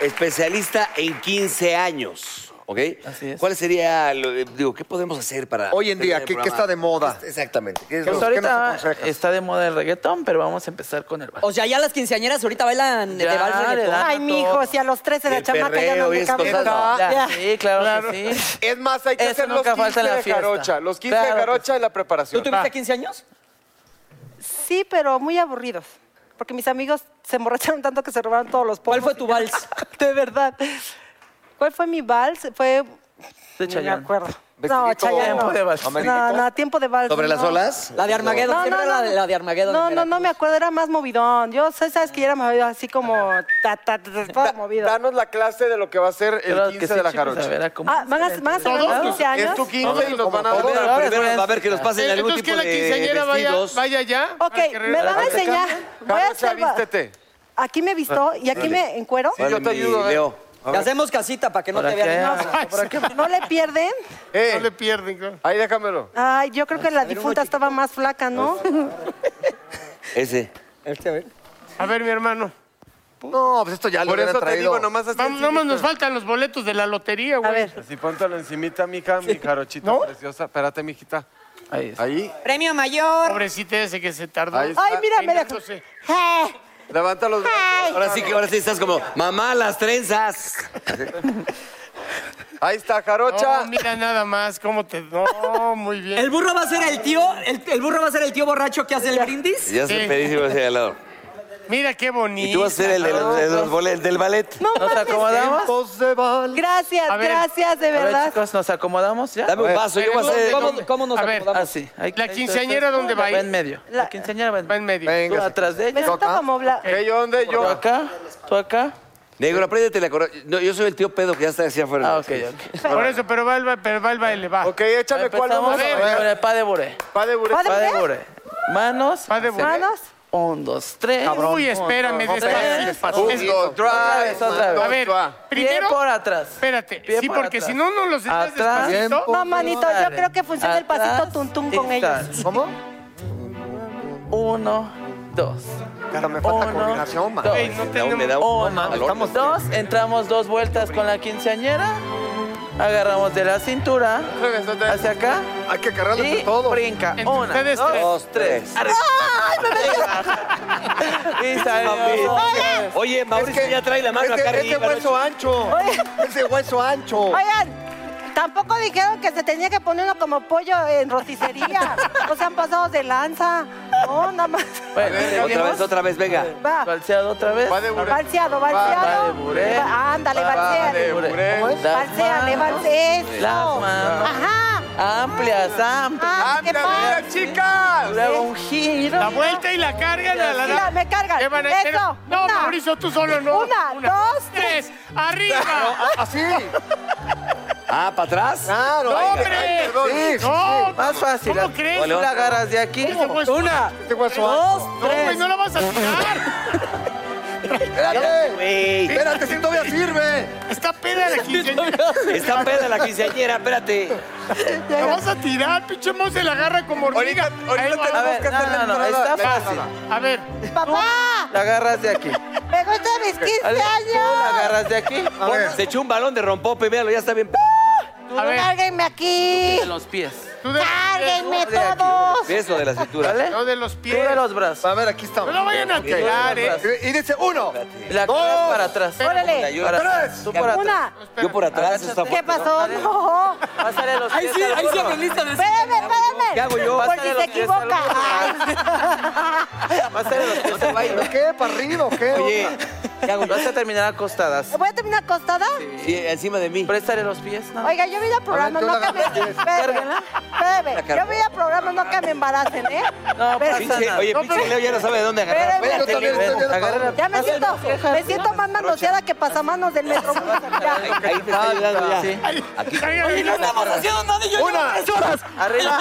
Speaker 2: especialista en 15 años? ¿Ok?
Speaker 8: Así es.
Speaker 2: ¿Cuál sería, lo- eh, digo, qué podemos hacer para...
Speaker 4: Hoy en día,
Speaker 2: tener el
Speaker 4: ¿qué- qué
Speaker 2: programa?
Speaker 4: está de moda?
Speaker 2: Es- Exactamente. ¿Qué es
Speaker 4: ¿Qué
Speaker 2: lo-
Speaker 4: nos-
Speaker 9: ahorita
Speaker 4: aconsejas?
Speaker 9: está de moda el reggaetón, pero vamos a empezar con el
Speaker 8: O sea, ya las quinceañeras ahorita bailan de
Speaker 9: Ya,
Speaker 8: vals
Speaker 9: le
Speaker 8: reggaetón.
Speaker 9: dan.
Speaker 7: Ay,
Speaker 9: no
Speaker 7: mijo,
Speaker 9: todo.
Speaker 7: si a los 13
Speaker 2: Y
Speaker 7: la
Speaker 2: el
Speaker 7: chamaca ya
Speaker 2: perreo
Speaker 7: no
Speaker 2: y
Speaker 7: me
Speaker 2: esto,
Speaker 7: cambia.
Speaker 2: o sea, no.
Speaker 7: Oh, Ya.
Speaker 9: Ya, sí, claro, que sí.
Speaker 3: Es más, hay que
Speaker 9: Eso
Speaker 3: hacer los
Speaker 9: nunca
Speaker 3: 15
Speaker 9: falta en la
Speaker 3: de
Speaker 9: fiesta.
Speaker 3: Jarocha. Los 15
Speaker 9: Claro
Speaker 3: de
Speaker 9: que
Speaker 3: Jarocha y la
Speaker 8: ¿Tú
Speaker 3: preparación.
Speaker 8: tuviste 15 años?
Speaker 7: Sí, pero muy aburridos. Porque mis amigos se emborracharon tanto que se robaron todos los
Speaker 8: ¿Cuál
Speaker 7: polvos.
Speaker 8: fue tu vals?
Speaker 7: (laughs) De verdad. ¿Cuál fue mi vals? Fue.
Speaker 9: De
Speaker 7: Ni me
Speaker 9: Chayanne.
Speaker 7: acuerdo. No,
Speaker 4: Vestidito
Speaker 7: Chayanne. No,
Speaker 4: de vals.
Speaker 7: no, no, tiempo de vals.
Speaker 4: ¿Sobre
Speaker 7: no.
Speaker 4: las olas?
Speaker 8: La de Armageddon,
Speaker 7: No,
Speaker 8: siempre
Speaker 7: no,
Speaker 8: era
Speaker 7: no.
Speaker 8: la de- la de Armageddon
Speaker 7: No,
Speaker 8: en
Speaker 7: no, no me acuerdo, era más movidón. Yo, sé, sabes que yo era movido así como ta, ta, ta, ta, todo movido.
Speaker 3: Danos la clase de lo que va a ser el
Speaker 9: Claro que
Speaker 3: 15
Speaker 9: sí,
Speaker 3: de la
Speaker 9: chicos,
Speaker 3: jarocha.
Speaker 9: a ver, ¿a
Speaker 7: Ah, ¿van a, van a celebrar los 15 años?
Speaker 3: Es tu 15 y nos van a
Speaker 2: Primero,
Speaker 3: dar.
Speaker 2: primero va a haber que nos pasen algún
Speaker 5: Entonces que
Speaker 2: tipo
Speaker 5: la
Speaker 2: de
Speaker 5: quinceañera vaya,
Speaker 2: vestidos.
Speaker 5: vaya ya.
Speaker 7: Ok, me van a enseñar. Voy a hacer...
Speaker 3: vístete.
Speaker 7: Aquí me visto y aquí me encuero.
Speaker 2: Órale, mi Leo.
Speaker 8: Te hacemos casita para que no
Speaker 2: Ahora
Speaker 8: te vean.
Speaker 2: que-
Speaker 7: ¿No le pierden?
Speaker 3: Eh,
Speaker 5: No le pierden, claro.
Speaker 3: Ahí déjamelo.
Speaker 7: Ay, yo creo que la difunta estaba más flaca, ¿no?
Speaker 2: Ese.
Speaker 5: A ver, mi hermano.
Speaker 4: No, pues esto ya lo
Speaker 3: Por
Speaker 4: hubieran
Speaker 3: eso te
Speaker 4: traído.
Speaker 3: digo, nomás así.
Speaker 5: Vamos, nomás nos faltan los boletos de la lotería,
Speaker 7: (laughs)
Speaker 5: güey.
Speaker 7: A ver.
Speaker 3: Si póntalo encimita, mija, mi jarochita
Speaker 5: ¿No?
Speaker 3: preciosa. Espérate, mijita.
Speaker 9: Ahí está.
Speaker 3: Ahí,
Speaker 6: Premio mayor.
Speaker 5: Pobrecito ese que se tardó.
Speaker 3: Ahí está.
Speaker 7: Ay, mira, me dejó.
Speaker 5: Peinándose.
Speaker 7: Eh,
Speaker 3: levanta los brazos.
Speaker 2: Ahora sí que ahora sí estás como, mamá, las trenzas.
Speaker 3: Ahí está,
Speaker 5: No,
Speaker 3: jarocha.
Speaker 5: Oh, mira nada más cómo te... No, muy
Speaker 8: El
Speaker 5: bien.
Speaker 8: burro va a ser el tío, el, el burro va a ser el tío borracho que hace el brindis.
Speaker 2: Ya se pedísimo ese al lado.
Speaker 5: Mira qué bonito.
Speaker 2: Y tú vas a ser el de los- de los bolet- del ballet.
Speaker 7: No
Speaker 9: ¿Nos
Speaker 7: mames.
Speaker 9: acomodamos?
Speaker 7: Gracias,
Speaker 5: A ver.
Speaker 7: gracias, este, de
Speaker 9: A ver,
Speaker 7: verdad.
Speaker 9: chicos, ¿nos acomodamos ya?
Speaker 2: Dame un paso, yo voy a ser...
Speaker 8: ¿Cómo, cómo nos
Speaker 5: A ver,
Speaker 8: acomodamos?
Speaker 9: Así. ahí-
Speaker 5: ¿La
Speaker 9: ahí está,
Speaker 5: quinceañera
Speaker 9: está.
Speaker 5: dónde va a ir?
Speaker 9: Va en medio.
Speaker 7: La-
Speaker 9: La quinceañera va en
Speaker 5: Va en medio.
Speaker 9: Tú
Speaker 3: Venga.
Speaker 9: atrás de
Speaker 7: Me
Speaker 9: ella.
Speaker 7: siento como bla...
Speaker 3: ¿Qué yo dónde?
Speaker 9: Tú
Speaker 3: Yo.
Speaker 9: acá, tú acá.
Speaker 2: Negro, apréndete la corona. No, yo soy el tío pedo que ya está hacia afuera.
Speaker 9: Ah, ok, ok.
Speaker 5: Por eso, pero va el, ba- pero va el baile, va.
Speaker 3: Ok, échame cuál vamos a
Speaker 9: Empezamos.
Speaker 3: ver.
Speaker 9: Bore, Pa de bore.
Speaker 3: Pa de burro.
Speaker 7: ¿Pa de
Speaker 9: Pa de
Speaker 7: bore?
Speaker 9: bore. Manos.
Speaker 5: Va de
Speaker 7: ¿Manos?
Speaker 9: Un, dos, tres.
Speaker 5: Uy, espérame,
Speaker 9: Tres.
Speaker 5: despacito.
Speaker 3: Un,
Speaker 5: despacito.
Speaker 3: dos, drive.
Speaker 9: vez, otra vez.
Speaker 3: dos,
Speaker 5: A ver,
Speaker 3: drive.
Speaker 9: Pie por
Speaker 5: primero,
Speaker 9: atrás.
Speaker 5: espérate.
Speaker 9: Pie
Speaker 5: Sí,
Speaker 9: para
Speaker 5: porque
Speaker 9: atrás.
Speaker 5: si no, no los estás
Speaker 9: Atrás.
Speaker 5: despacito.
Speaker 7: No, manito, yo
Speaker 9: Dale.
Speaker 7: creo que funciona el pasito
Speaker 9: Atrás,
Speaker 7: tuntún con
Speaker 9: tic-tac.
Speaker 7: ellos.
Speaker 4: ¿Cómo?
Speaker 9: Uno, dos.
Speaker 4: Cara, me falta
Speaker 9: Uno,
Speaker 4: coordinación, man.
Speaker 9: dos.
Speaker 5: Güey, no tenemos-
Speaker 2: me da un-
Speaker 9: Uno,
Speaker 2: no, calor.
Speaker 9: estamos dos, entramos dos vueltas con la quinceañera, agarramos de la cintura
Speaker 3: Otra vez, otra vez.
Speaker 9: hacia acá
Speaker 4: Hay que cargarle
Speaker 9: y
Speaker 4: entre todos.
Speaker 9: brinca.
Speaker 5: Entre
Speaker 9: Una,
Speaker 5: ustedes tres.
Speaker 9: dos,
Speaker 2: Dos, tres.
Speaker 9: y salió.
Speaker 2: Oye, Mauricio ya trae la mano
Speaker 4: Este,
Speaker 2: acá
Speaker 4: este
Speaker 2: arriba.
Speaker 4: hueso ancho. Ese hueso ancho.
Speaker 7: Oigan, tampoco dijeron que se tenía que poner uno como pollo en roticería. No se han pasado de lanza. No, nada más.
Speaker 9: Bueno,
Speaker 2: Otra
Speaker 9: seguimos.
Speaker 2: vez, otra vez, venga.
Speaker 7: Va.
Speaker 9: Balseado otra vez.
Speaker 3: Pa de burro.
Speaker 7: Balseado,
Speaker 9: Va de
Speaker 7: balseado.
Speaker 9: buré.
Speaker 7: Va- Ándale,
Speaker 9: Va
Speaker 7: Pues, balseale.
Speaker 9: buré.
Speaker 3: ¿Cómo
Speaker 9: Las
Speaker 7: Balseale,
Speaker 9: manos.
Speaker 7: balseale.
Speaker 9: Las manos.
Speaker 7: Ajá.
Speaker 9: Amplias, amplias.
Speaker 7: Ah, qué
Speaker 3: ¡Ándale,
Speaker 7: padre.
Speaker 3: chicas!
Speaker 9: Luego un giro.
Speaker 5: La vuelta y la cargan a la...
Speaker 7: Mira, me cargan.
Speaker 5: ¿Qué van a hacer?
Speaker 7: Eso.
Speaker 5: No,
Speaker 7: Una.
Speaker 5: Mauricio, tú solo no.
Speaker 7: Una, dos,
Speaker 5: tres. ¡Arriba!
Speaker 4: Así.
Speaker 2: Ah, ¿para atrás?
Speaker 4: Claro.
Speaker 5: ¡No,
Speaker 4: Ay,
Speaker 5: hombre!
Speaker 4: ay, perdón. Sí, sí.
Speaker 5: ¡No!
Speaker 9: Más fácil.
Speaker 5: ¿Cómo crees?
Speaker 9: Tú la agarras de aquí.
Speaker 5: Ese hueso-
Speaker 9: Una,
Speaker 4: Este hueso
Speaker 9: dos,
Speaker 4: ancho.
Speaker 5: No, güey,
Speaker 9: tres.
Speaker 5: no la vas a tirar.
Speaker 4: Espérate.
Speaker 2: Güey,
Speaker 4: Espérate, si todavía sirve.
Speaker 5: Está peda la quinceañera.
Speaker 2: está peda la quinceañera, espérate.
Speaker 5: La vas a tirar, pinche Monse la agarra como hormiga.
Speaker 3: Ahorita,
Speaker 5: Ahí
Speaker 3: ahorita
Speaker 5: va.
Speaker 9: A
Speaker 3: tenemos
Speaker 9: ver,
Speaker 3: que
Speaker 9: no,
Speaker 3: hacer la
Speaker 9: no, no, está
Speaker 3: entrada.
Speaker 9: fácil.
Speaker 5: A ver,
Speaker 7: Papá,
Speaker 9: La agarras de aquí.
Speaker 7: me gustan mis 15
Speaker 9: Ale, Tú la
Speaker 7: años.
Speaker 9: agarras de aquí.
Speaker 4: A ver.
Speaker 2: Se echó un balón de rompope, véalo, ya está bien.
Speaker 5: a ver.
Speaker 7: Cárguenme aquí.
Speaker 9: De los pies.
Speaker 5: Tú de,
Speaker 7: Cárguenme
Speaker 9: de aquí.
Speaker 7: todos.
Speaker 2: Beso de la cintura.
Speaker 9: ¿Vale?
Speaker 5: no de los
Speaker 9: Tú
Speaker 5: pies.
Speaker 9: de los brazos.
Speaker 4: A ver, aquí
Speaker 5: No
Speaker 4: estamos.
Speaker 5: lo vayan a tirar, eh.
Speaker 4: Y y dice uno.
Speaker 9: La cargas para atrás.
Speaker 7: Órale.
Speaker 2: Yo,
Speaker 9: Para
Speaker 4: Tres.
Speaker 9: atrás. Tú para atrás.
Speaker 7: Una.
Speaker 2: yo por atrás, eso está
Speaker 7: ¿Qué pasó? No.
Speaker 9: Pásale los pies.
Speaker 8: Ahí sí,
Speaker 9: al
Speaker 8: ahí sí
Speaker 9: burro.
Speaker 8: aprendiste a decir.
Speaker 7: Espérame, espérame.
Speaker 2: ¿Qué hago yo?
Speaker 7: Por si
Speaker 9: Pásale
Speaker 7: se
Speaker 9: los pies al
Speaker 7: equivoca.
Speaker 9: Pásale los pies al
Speaker 4: ¿Pero qué? ¿Para arriba o qué?
Speaker 2: Oye,
Speaker 9: burro. Vas a terminar acostadas.
Speaker 7: Ay, ¿Voy a terminar acostada?
Speaker 2: sí, encima de mí.
Speaker 9: Préstale los pies. No.
Speaker 7: Oiga, yo vine al programa,
Speaker 4: tú
Speaker 7: no
Speaker 4: la
Speaker 7: que me...
Speaker 4: agarras.
Speaker 7: Espérame, espérame. Yo vine al programa, no que me embaracen, ¿eh?
Speaker 9: No,
Speaker 7: Pero-
Speaker 9: pasa
Speaker 2: Pinche-
Speaker 9: nada.
Speaker 2: oye,
Speaker 9: No,
Speaker 2: pinche Leo ya no sabe de dónde agarrar.
Speaker 7: Espérame.
Speaker 2: Espérate,
Speaker 4: Yo también estoy
Speaker 2: Leo.
Speaker 4: viendo para
Speaker 9: Agarra
Speaker 4: abajo.
Speaker 7: Ya me siento, me siento más manoseada que pasamanos del
Speaker 3: (laughs)
Speaker 7: metrobús.
Speaker 2: Ahí
Speaker 7: Ya.
Speaker 2: ahí te está ayudando ya.
Speaker 9: Sí.
Speaker 2: Aquí.
Speaker 5: Cállate,
Speaker 8: No estamos haciendo nada y yo llevo tres horas.
Speaker 2: (laughs)
Speaker 9: Arriba.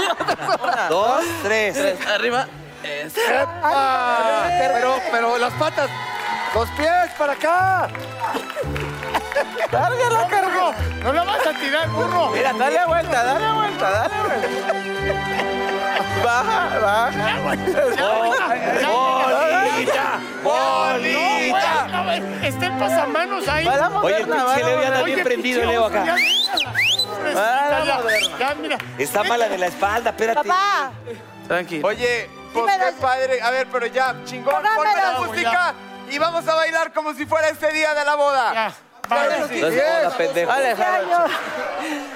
Speaker 9: Una,
Speaker 2: Dos, tres.
Speaker 9: tres. Arriba. Eso.
Speaker 4: ¡Epa! Pero, pero las patas. Los pies
Speaker 2: (laughs)
Speaker 4: para acá.
Speaker 5: no, burro. No la vas a tirar, burro.
Speaker 9: Mira, dale vuelta, dale vuelta, dale vuelta. Baja, baja.
Speaker 2: ¡Bolita!
Speaker 5: No,
Speaker 2: ¡Bolita!
Speaker 5: güey, no, güey, Está el pasamanos ahí.
Speaker 9: Va la
Speaker 2: Oye, el
Speaker 9: moderna, va
Speaker 2: pinche
Speaker 9: la
Speaker 2: Leo ya anda
Speaker 9: moderna.
Speaker 2: bien prendido,
Speaker 5: pinche
Speaker 2: Leo acá.
Speaker 5: oso, ya.
Speaker 9: Ah, la
Speaker 5: Ya, Ya, mira.
Speaker 2: Está mala de la espalda, espérate.
Speaker 7: Papá,
Speaker 9: Tranquilo.
Speaker 3: Oye, pues
Speaker 7: Dímelo.
Speaker 3: qué padre. A ver, pero ya, chingón,
Speaker 7: Pero
Speaker 3: ponme la
Speaker 7: dámelo.
Speaker 3: música y vamos a bailar como si fuera ese este día de la boda.
Speaker 5: Ya.
Speaker 2: Vale, sí. No es moda,
Speaker 7: Sí.
Speaker 2: pendejo.
Speaker 7: Vale, Harold.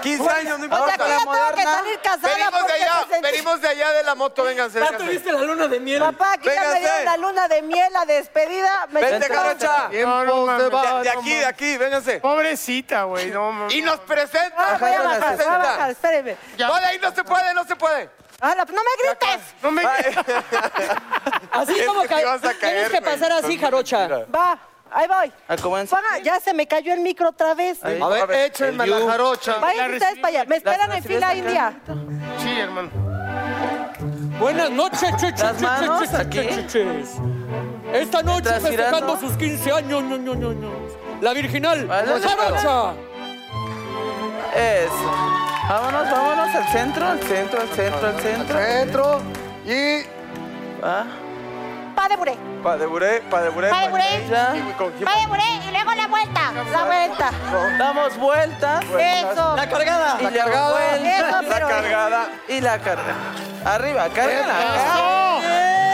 Speaker 3: 15 años, no importa.
Speaker 7: que yo tengo que salir casada
Speaker 3: venimos de
Speaker 7: porque
Speaker 3: allá,
Speaker 7: me sentí-
Speaker 3: venimos de allá de la moto, vénganse.
Speaker 7: Ya
Speaker 3: vénganse.
Speaker 7: tuviste la luna de miel.
Speaker 6: Papá, aquí ya me dieron la luna de miel, la despedida. Me
Speaker 3: Vente,
Speaker 6: siento-
Speaker 3: Jarocha.
Speaker 5: No, no, mames.
Speaker 3: de, de aquí, de aquí, vénganse.
Speaker 5: Pobrecita, güey. No, mames.
Speaker 3: Y nos presenta.
Speaker 6: Ah, voy a bajar, voy a bajar, espéreme.
Speaker 3: Vale, ahí no se puede, no se puede.
Speaker 6: Ah, no, no me grites.
Speaker 5: No me
Speaker 6: Así
Speaker 3: Es
Speaker 6: como
Speaker 3: que
Speaker 6: ca-
Speaker 3: te ibas a
Speaker 6: tienes
Speaker 3: caer,
Speaker 6: que
Speaker 3: güey.
Speaker 6: pasar así, jarocha. Va, ahí voy.
Speaker 7: Ah, ¿cómo es?
Speaker 6: Ponga- ya se me cayó el micro otra vez.
Speaker 7: Ahí. A ver, A ver, échenme el la you. jarocha.
Speaker 6: Vayan
Speaker 7: La
Speaker 6: ustedes para allá. Me esperan
Speaker 7: ¿La
Speaker 6: en fila
Speaker 7: recibes
Speaker 6: india.
Speaker 7: acá?
Speaker 5: Sí, hermano.
Speaker 10: Buenas noches, chu, chu,
Speaker 7: Las
Speaker 10: chu,
Speaker 7: manos
Speaker 10: chu, chu,
Speaker 7: aquí.
Speaker 10: chu, chu, chu. Esta noche
Speaker 7: Estás girando.
Speaker 10: festejando sus 15 años, no, no, no, no. La virginal,
Speaker 7: Vale.
Speaker 10: jarocha.
Speaker 7: Es. Vámonos, vámonos al centro, al centro, al centro, al centro.
Speaker 4: Centro y.
Speaker 7: Ah,
Speaker 6: Padre buré.
Speaker 3: Padre Buré, Padre Buré.
Speaker 6: Padre Buré.
Speaker 3: Buré.
Speaker 6: Padre buré y luego la vuelta. La vuelta.
Speaker 7: Damos vueltas.
Speaker 6: Eso.
Speaker 7: La cargada. Y
Speaker 3: La cargada.
Speaker 7: vuelta.
Speaker 6: Eso, pero-
Speaker 3: La cargada.
Speaker 7: Y la carga. Arriba, cárgala.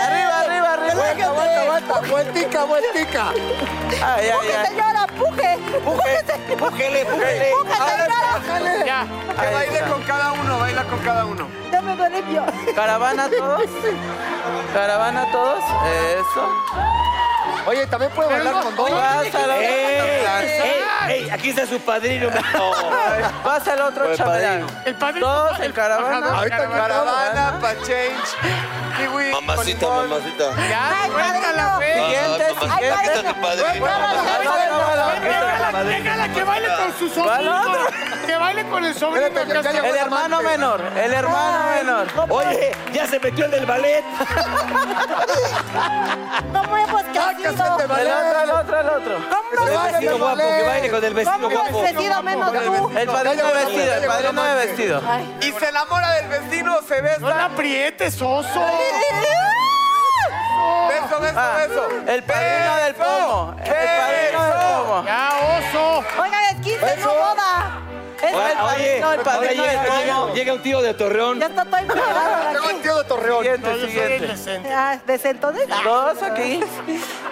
Speaker 6: Arriba,
Speaker 7: arriba, arriba.
Speaker 6: Vuelta, vuelta, vuelta. Vueltica, vueltica.
Speaker 7: Ay, ay,
Speaker 6: Pújese,
Speaker 7: ay.
Speaker 6: señora, puje. Pújese.
Speaker 7: Pújele, pújele.
Speaker 6: Pújese, señora.
Speaker 5: Ya.
Speaker 3: Que baile con cada uno, baila con cada uno.
Speaker 6: No me nervio.
Speaker 7: Caravana todos. Caravana todos. Eso.
Speaker 4: Oye, también puede
Speaker 7: Pero
Speaker 4: bailar
Speaker 7: no-
Speaker 4: con dos.
Speaker 7: Oye, Pásalo.
Speaker 2: ¡Ey! ¡Ey!
Speaker 7: Pásalo.
Speaker 2: ¡Ey! Aquí está su
Speaker 7: (laughs)
Speaker 2: padrino, mijo.
Speaker 7: Pasa el otro
Speaker 2: El
Speaker 7: chaval.
Speaker 2: padrino.
Speaker 5: El padrino.
Speaker 7: Todos en caravana.
Speaker 3: Ahorita caravana, pa' change, kiwi,
Speaker 11: Mamacita,
Speaker 3: con limón.
Speaker 11: mamacita.
Speaker 5: Ya, suéltala, güey.
Speaker 7: Siguiente, siguiente.
Speaker 11: Mamacita, mi padrino.
Speaker 5: Déjala, déjala que baile con su sobrino. Que baile con el sobrino.
Speaker 4: Espérate, que
Speaker 5: que
Speaker 4: ya
Speaker 5: se-
Speaker 4: llegó
Speaker 7: El hermano menor, el hermano menor.
Speaker 2: Oye, ya se metió el del (laughs) ballet.
Speaker 6: ¿Cómo hemos crecido?
Speaker 4: Cásate,
Speaker 7: El
Speaker 4: vale.
Speaker 7: otro, el otro, el otro.
Speaker 6: ¿Cómo
Speaker 2: El
Speaker 6: hemos
Speaker 2: vestido guapo, que baile con el vestido
Speaker 6: ¿Cómo hemos
Speaker 2: guapo.
Speaker 6: crecido menos tú?
Speaker 7: El padrino de vestido, el padrino de vestido.
Speaker 6: Ay.
Speaker 3: Y se enamora del vecino, se
Speaker 5: No
Speaker 3: besa.
Speaker 5: la aprietes, oso.
Speaker 3: Beso, beso, beso.
Speaker 7: El padrino del pomo. El padrino del pomo.
Speaker 5: Ya, oso.
Speaker 6: Oigan, es 15, no boda. Es
Speaker 2: Oye, oye,
Speaker 7: padrino, el padrino
Speaker 2: llega,
Speaker 7: del
Speaker 2: llega-
Speaker 7: pomo.
Speaker 2: llega un tío de Torreón.
Speaker 6: Ya está todo empeorado.
Speaker 4: Tengo el tío de Torreón.
Speaker 5: No,
Speaker 7: Siguiente,
Speaker 5: yo soy
Speaker 7: siguiente.
Speaker 5: indecente.
Speaker 6: Ah, desde entonces.
Speaker 7: Todos aquí.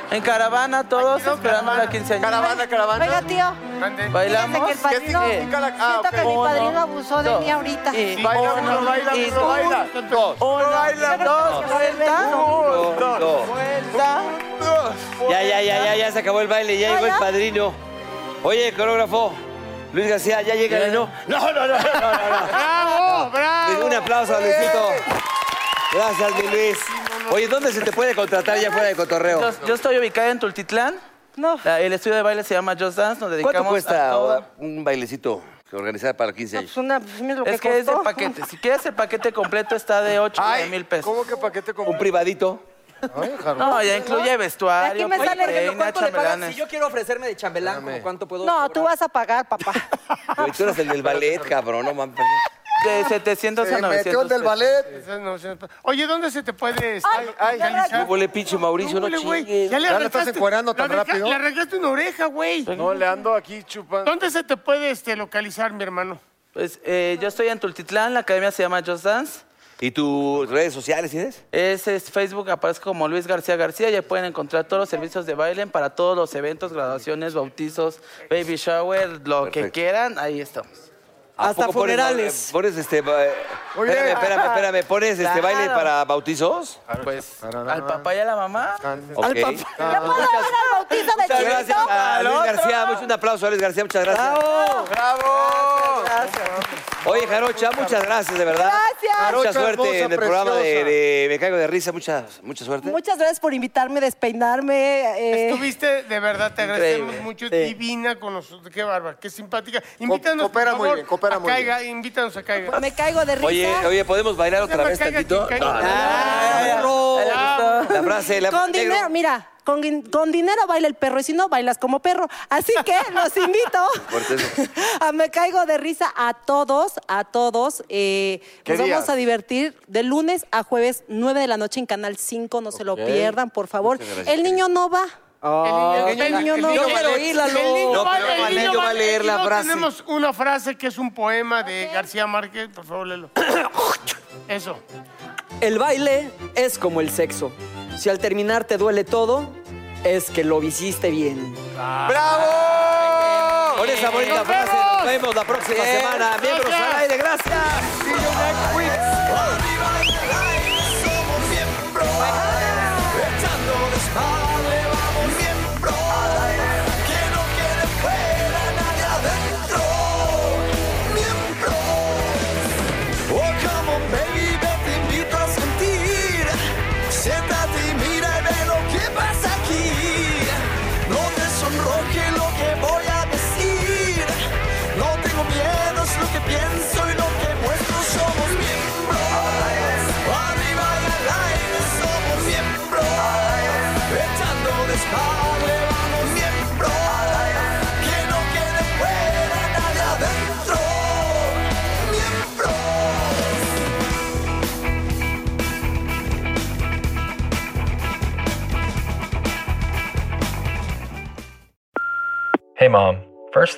Speaker 7: En caravana, todos esperando la quinceañera.
Speaker 3: Caravana, caravana.
Speaker 6: Oiga, tío. Fíjese que
Speaker 7: Bailamos.
Speaker 6: el padrino.
Speaker 3: ¿Qué significa la- ah,
Speaker 6: siento
Speaker 3: ok.
Speaker 6: que mi
Speaker 7: Uno,
Speaker 6: padrino abusó de
Speaker 7: dos,
Speaker 6: mí ahorita.
Speaker 7: y-
Speaker 6: Yo
Speaker 3: Baila
Speaker 7: Uno,
Speaker 3: uno, baila
Speaker 7: y
Speaker 3: uno, baila. Dos.
Speaker 7: Uno,
Speaker 3: baila,
Speaker 7: dos,
Speaker 6: dos,
Speaker 7: vuelta.
Speaker 3: Uno, dos,
Speaker 2: No.
Speaker 7: Vuelta.
Speaker 2: Ya, ya, ya, ya, ya se acabó el baile, ya llegó el
Speaker 6: ya?
Speaker 2: padrino. Oye, coreógrafo, Luis García, ya llega, ¿no? No, no, no, no, no, no.
Speaker 5: Bravo, bravo.
Speaker 2: Un aplauso a Luisito. Gracias, mi Luis. Oye, ¿dónde se te puede contratar ya fuera de cotorreo?
Speaker 7: Yo, yo estoy ubicada en Tultitlán.
Speaker 6: No.
Speaker 7: La- el estudio de baile se llama Just Dance. Nos dedicamos
Speaker 2: ¿Cuánto
Speaker 7: a
Speaker 2: cuesta
Speaker 7: todo.
Speaker 2: un bailecito que organizar para 15 años?
Speaker 6: Pues una, pues mira lo
Speaker 7: Es que es
Speaker 6: costó.
Speaker 7: el paquete. Si quieres el paquete completo está de 8 a mil pesos.
Speaker 3: ¿Cómo que paquete con
Speaker 2: Un privadito.
Speaker 7: No, ya incluye vestuario,
Speaker 12: Aquí me sale
Speaker 7: peina,
Speaker 12: ejemplo, ¿cuánto le pagan?
Speaker 7: chambelanes.
Speaker 12: Si yo quiero ofrecerme de chambelán, ¿cómo ¿cuánto puedo
Speaker 6: No,
Speaker 12: cobrar?
Speaker 6: tú vas a pagar, papá.
Speaker 12: (laughs)
Speaker 2: Oye, tú eres el del ballet, cabrón, no mames.
Speaker 7: De 700 a
Speaker 4: Se
Speaker 7: 900
Speaker 4: metió el del
Speaker 7: pesos.
Speaker 4: ballet.
Speaker 5: Esas no son- Oye, ¿dónde se te puede este,
Speaker 6: Ay, ay.
Speaker 5: localizar?
Speaker 2: No huele pinche Mauricio, no
Speaker 5: huele, güey.
Speaker 2: chingues.
Speaker 5: Ya le
Speaker 4: Ya le
Speaker 5: arrancaste,
Speaker 4: estás encuerando tan
Speaker 5: le arranca-
Speaker 4: rápido.
Speaker 5: Le arrancaste una oreja, güey.
Speaker 3: No, le ando aquí chupando.
Speaker 5: ¿Dónde se te puede este, localizar, mi hermano?
Speaker 7: Pues eh, yo estoy en Tultitlán, la academia se llama Just Dance.
Speaker 2: ¿Y tus redes sociales tienes?
Speaker 7: Ese es Facebook, aparezco como Luis García García. Ya pueden encontrar todos los servicios de baile para todos los eventos, graduaciones, bautizos, baby shower, lo que
Speaker 2: Perfecto.
Speaker 7: quieran. Ahí estamos.
Speaker 2: ¿A
Speaker 12: Hasta
Speaker 2: poco pones-
Speaker 12: funerales.
Speaker 2: Pones, este. ba- Espérame, espérame, espérame. ¿Pones este
Speaker 7: Claro.
Speaker 2: baile para bautizos?
Speaker 7: Pues al papá y a la mamá.
Speaker 2: Ok.
Speaker 6: ¿Yo puedo ir al bautizo de
Speaker 2: Muchas gracias
Speaker 6: chiquito?
Speaker 2: a Luis García. Mucho un aplauso a Luis García. Muchas gracias.
Speaker 3: ¡Bravo!
Speaker 2: Oye, Jarocha, muchas gracias, de verdad.
Speaker 6: Gracias.
Speaker 2: Mucha
Speaker 4: Jarocha,
Speaker 2: suerte
Speaker 4: hermosa,
Speaker 2: en el programa de,
Speaker 4: preciosa.
Speaker 2: de Me Caigo de Risa. Mucha, mucha suerte.
Speaker 6: Muchas gracias por invitarme, despeinarme. eh,
Speaker 5: Estuviste, de verdad, te agradecemos
Speaker 7: Increíble.
Speaker 5: mucho.
Speaker 7: Sí.
Speaker 5: Divina con nosotros. Qué bárbara, qué simpática. Invítanos,
Speaker 4: coopera
Speaker 5: por
Speaker 4: muy
Speaker 5: favor,
Speaker 4: bien, coopera
Speaker 5: a
Speaker 4: muy bien.
Speaker 5: Caiga, Invítanos a Caiga.
Speaker 6: me caigo de risa.
Speaker 2: Oye, oye, ¿podemos bailar otra
Speaker 5: me
Speaker 2: vez
Speaker 5: caiga
Speaker 2: tantito?
Speaker 5: quien caiga.
Speaker 2: No, no, no. La frase, la
Speaker 6: con
Speaker 2: negro.
Speaker 6: dinero, mira, con, guin- con dinero baila el perro y si no, bailas como perro. Así que los invito.
Speaker 2: (laughs) fuerte eso.
Speaker 6: (laughs) a me caigo de risa a todos, a todos. eh,
Speaker 3: ¿Qué
Speaker 6: nos vamos
Speaker 3: días?
Speaker 6: a divertir de lunes a jueves, 9 de la noche en Canal 5. No se lo pierdan, por favor.
Speaker 2: Muchas gracias,
Speaker 6: El niño no va. el niño no
Speaker 5: Yo
Speaker 6: va.
Speaker 5: quiero El niño
Speaker 2: No,
Speaker 5: va-
Speaker 2: pero
Speaker 5: el
Speaker 2: Valer
Speaker 5: niño
Speaker 2: no va a leer la
Speaker 5: no,
Speaker 2: frase.
Speaker 5: Tenemos una frase que es un poema de García Márquez. Por favor, léelo. Eso.
Speaker 12: El baile es como el sexo. Si al terminar te duele todo, es que lo hiciste bien.
Speaker 3: ¡Bravo!
Speaker 2: Con esa bonita
Speaker 7: ¡Nos
Speaker 2: frase
Speaker 7: vemos!
Speaker 2: nos vemos la próxima
Speaker 7: Bien.
Speaker 2: semana. Miembros
Speaker 7: Gracias.
Speaker 2: al aire, gracias.
Speaker 7: Echando desmadre, vamos miembro. Que no quede fuera nadie adentro. Miembro. Oh, come on, baby, yo te invito a sentir. Siéntate y mira y ve lo que pasa aquí. No te sonroje lo que voy a decir. No tengo miedo, es lo que pienso y lo que muestro. Somos miembros. Arriba y al aire somos miembros. Echando desmadre, vamos miembros. Que no quede fuera nadie adentro. Miembros.
Speaker 3: Hey, Mom. First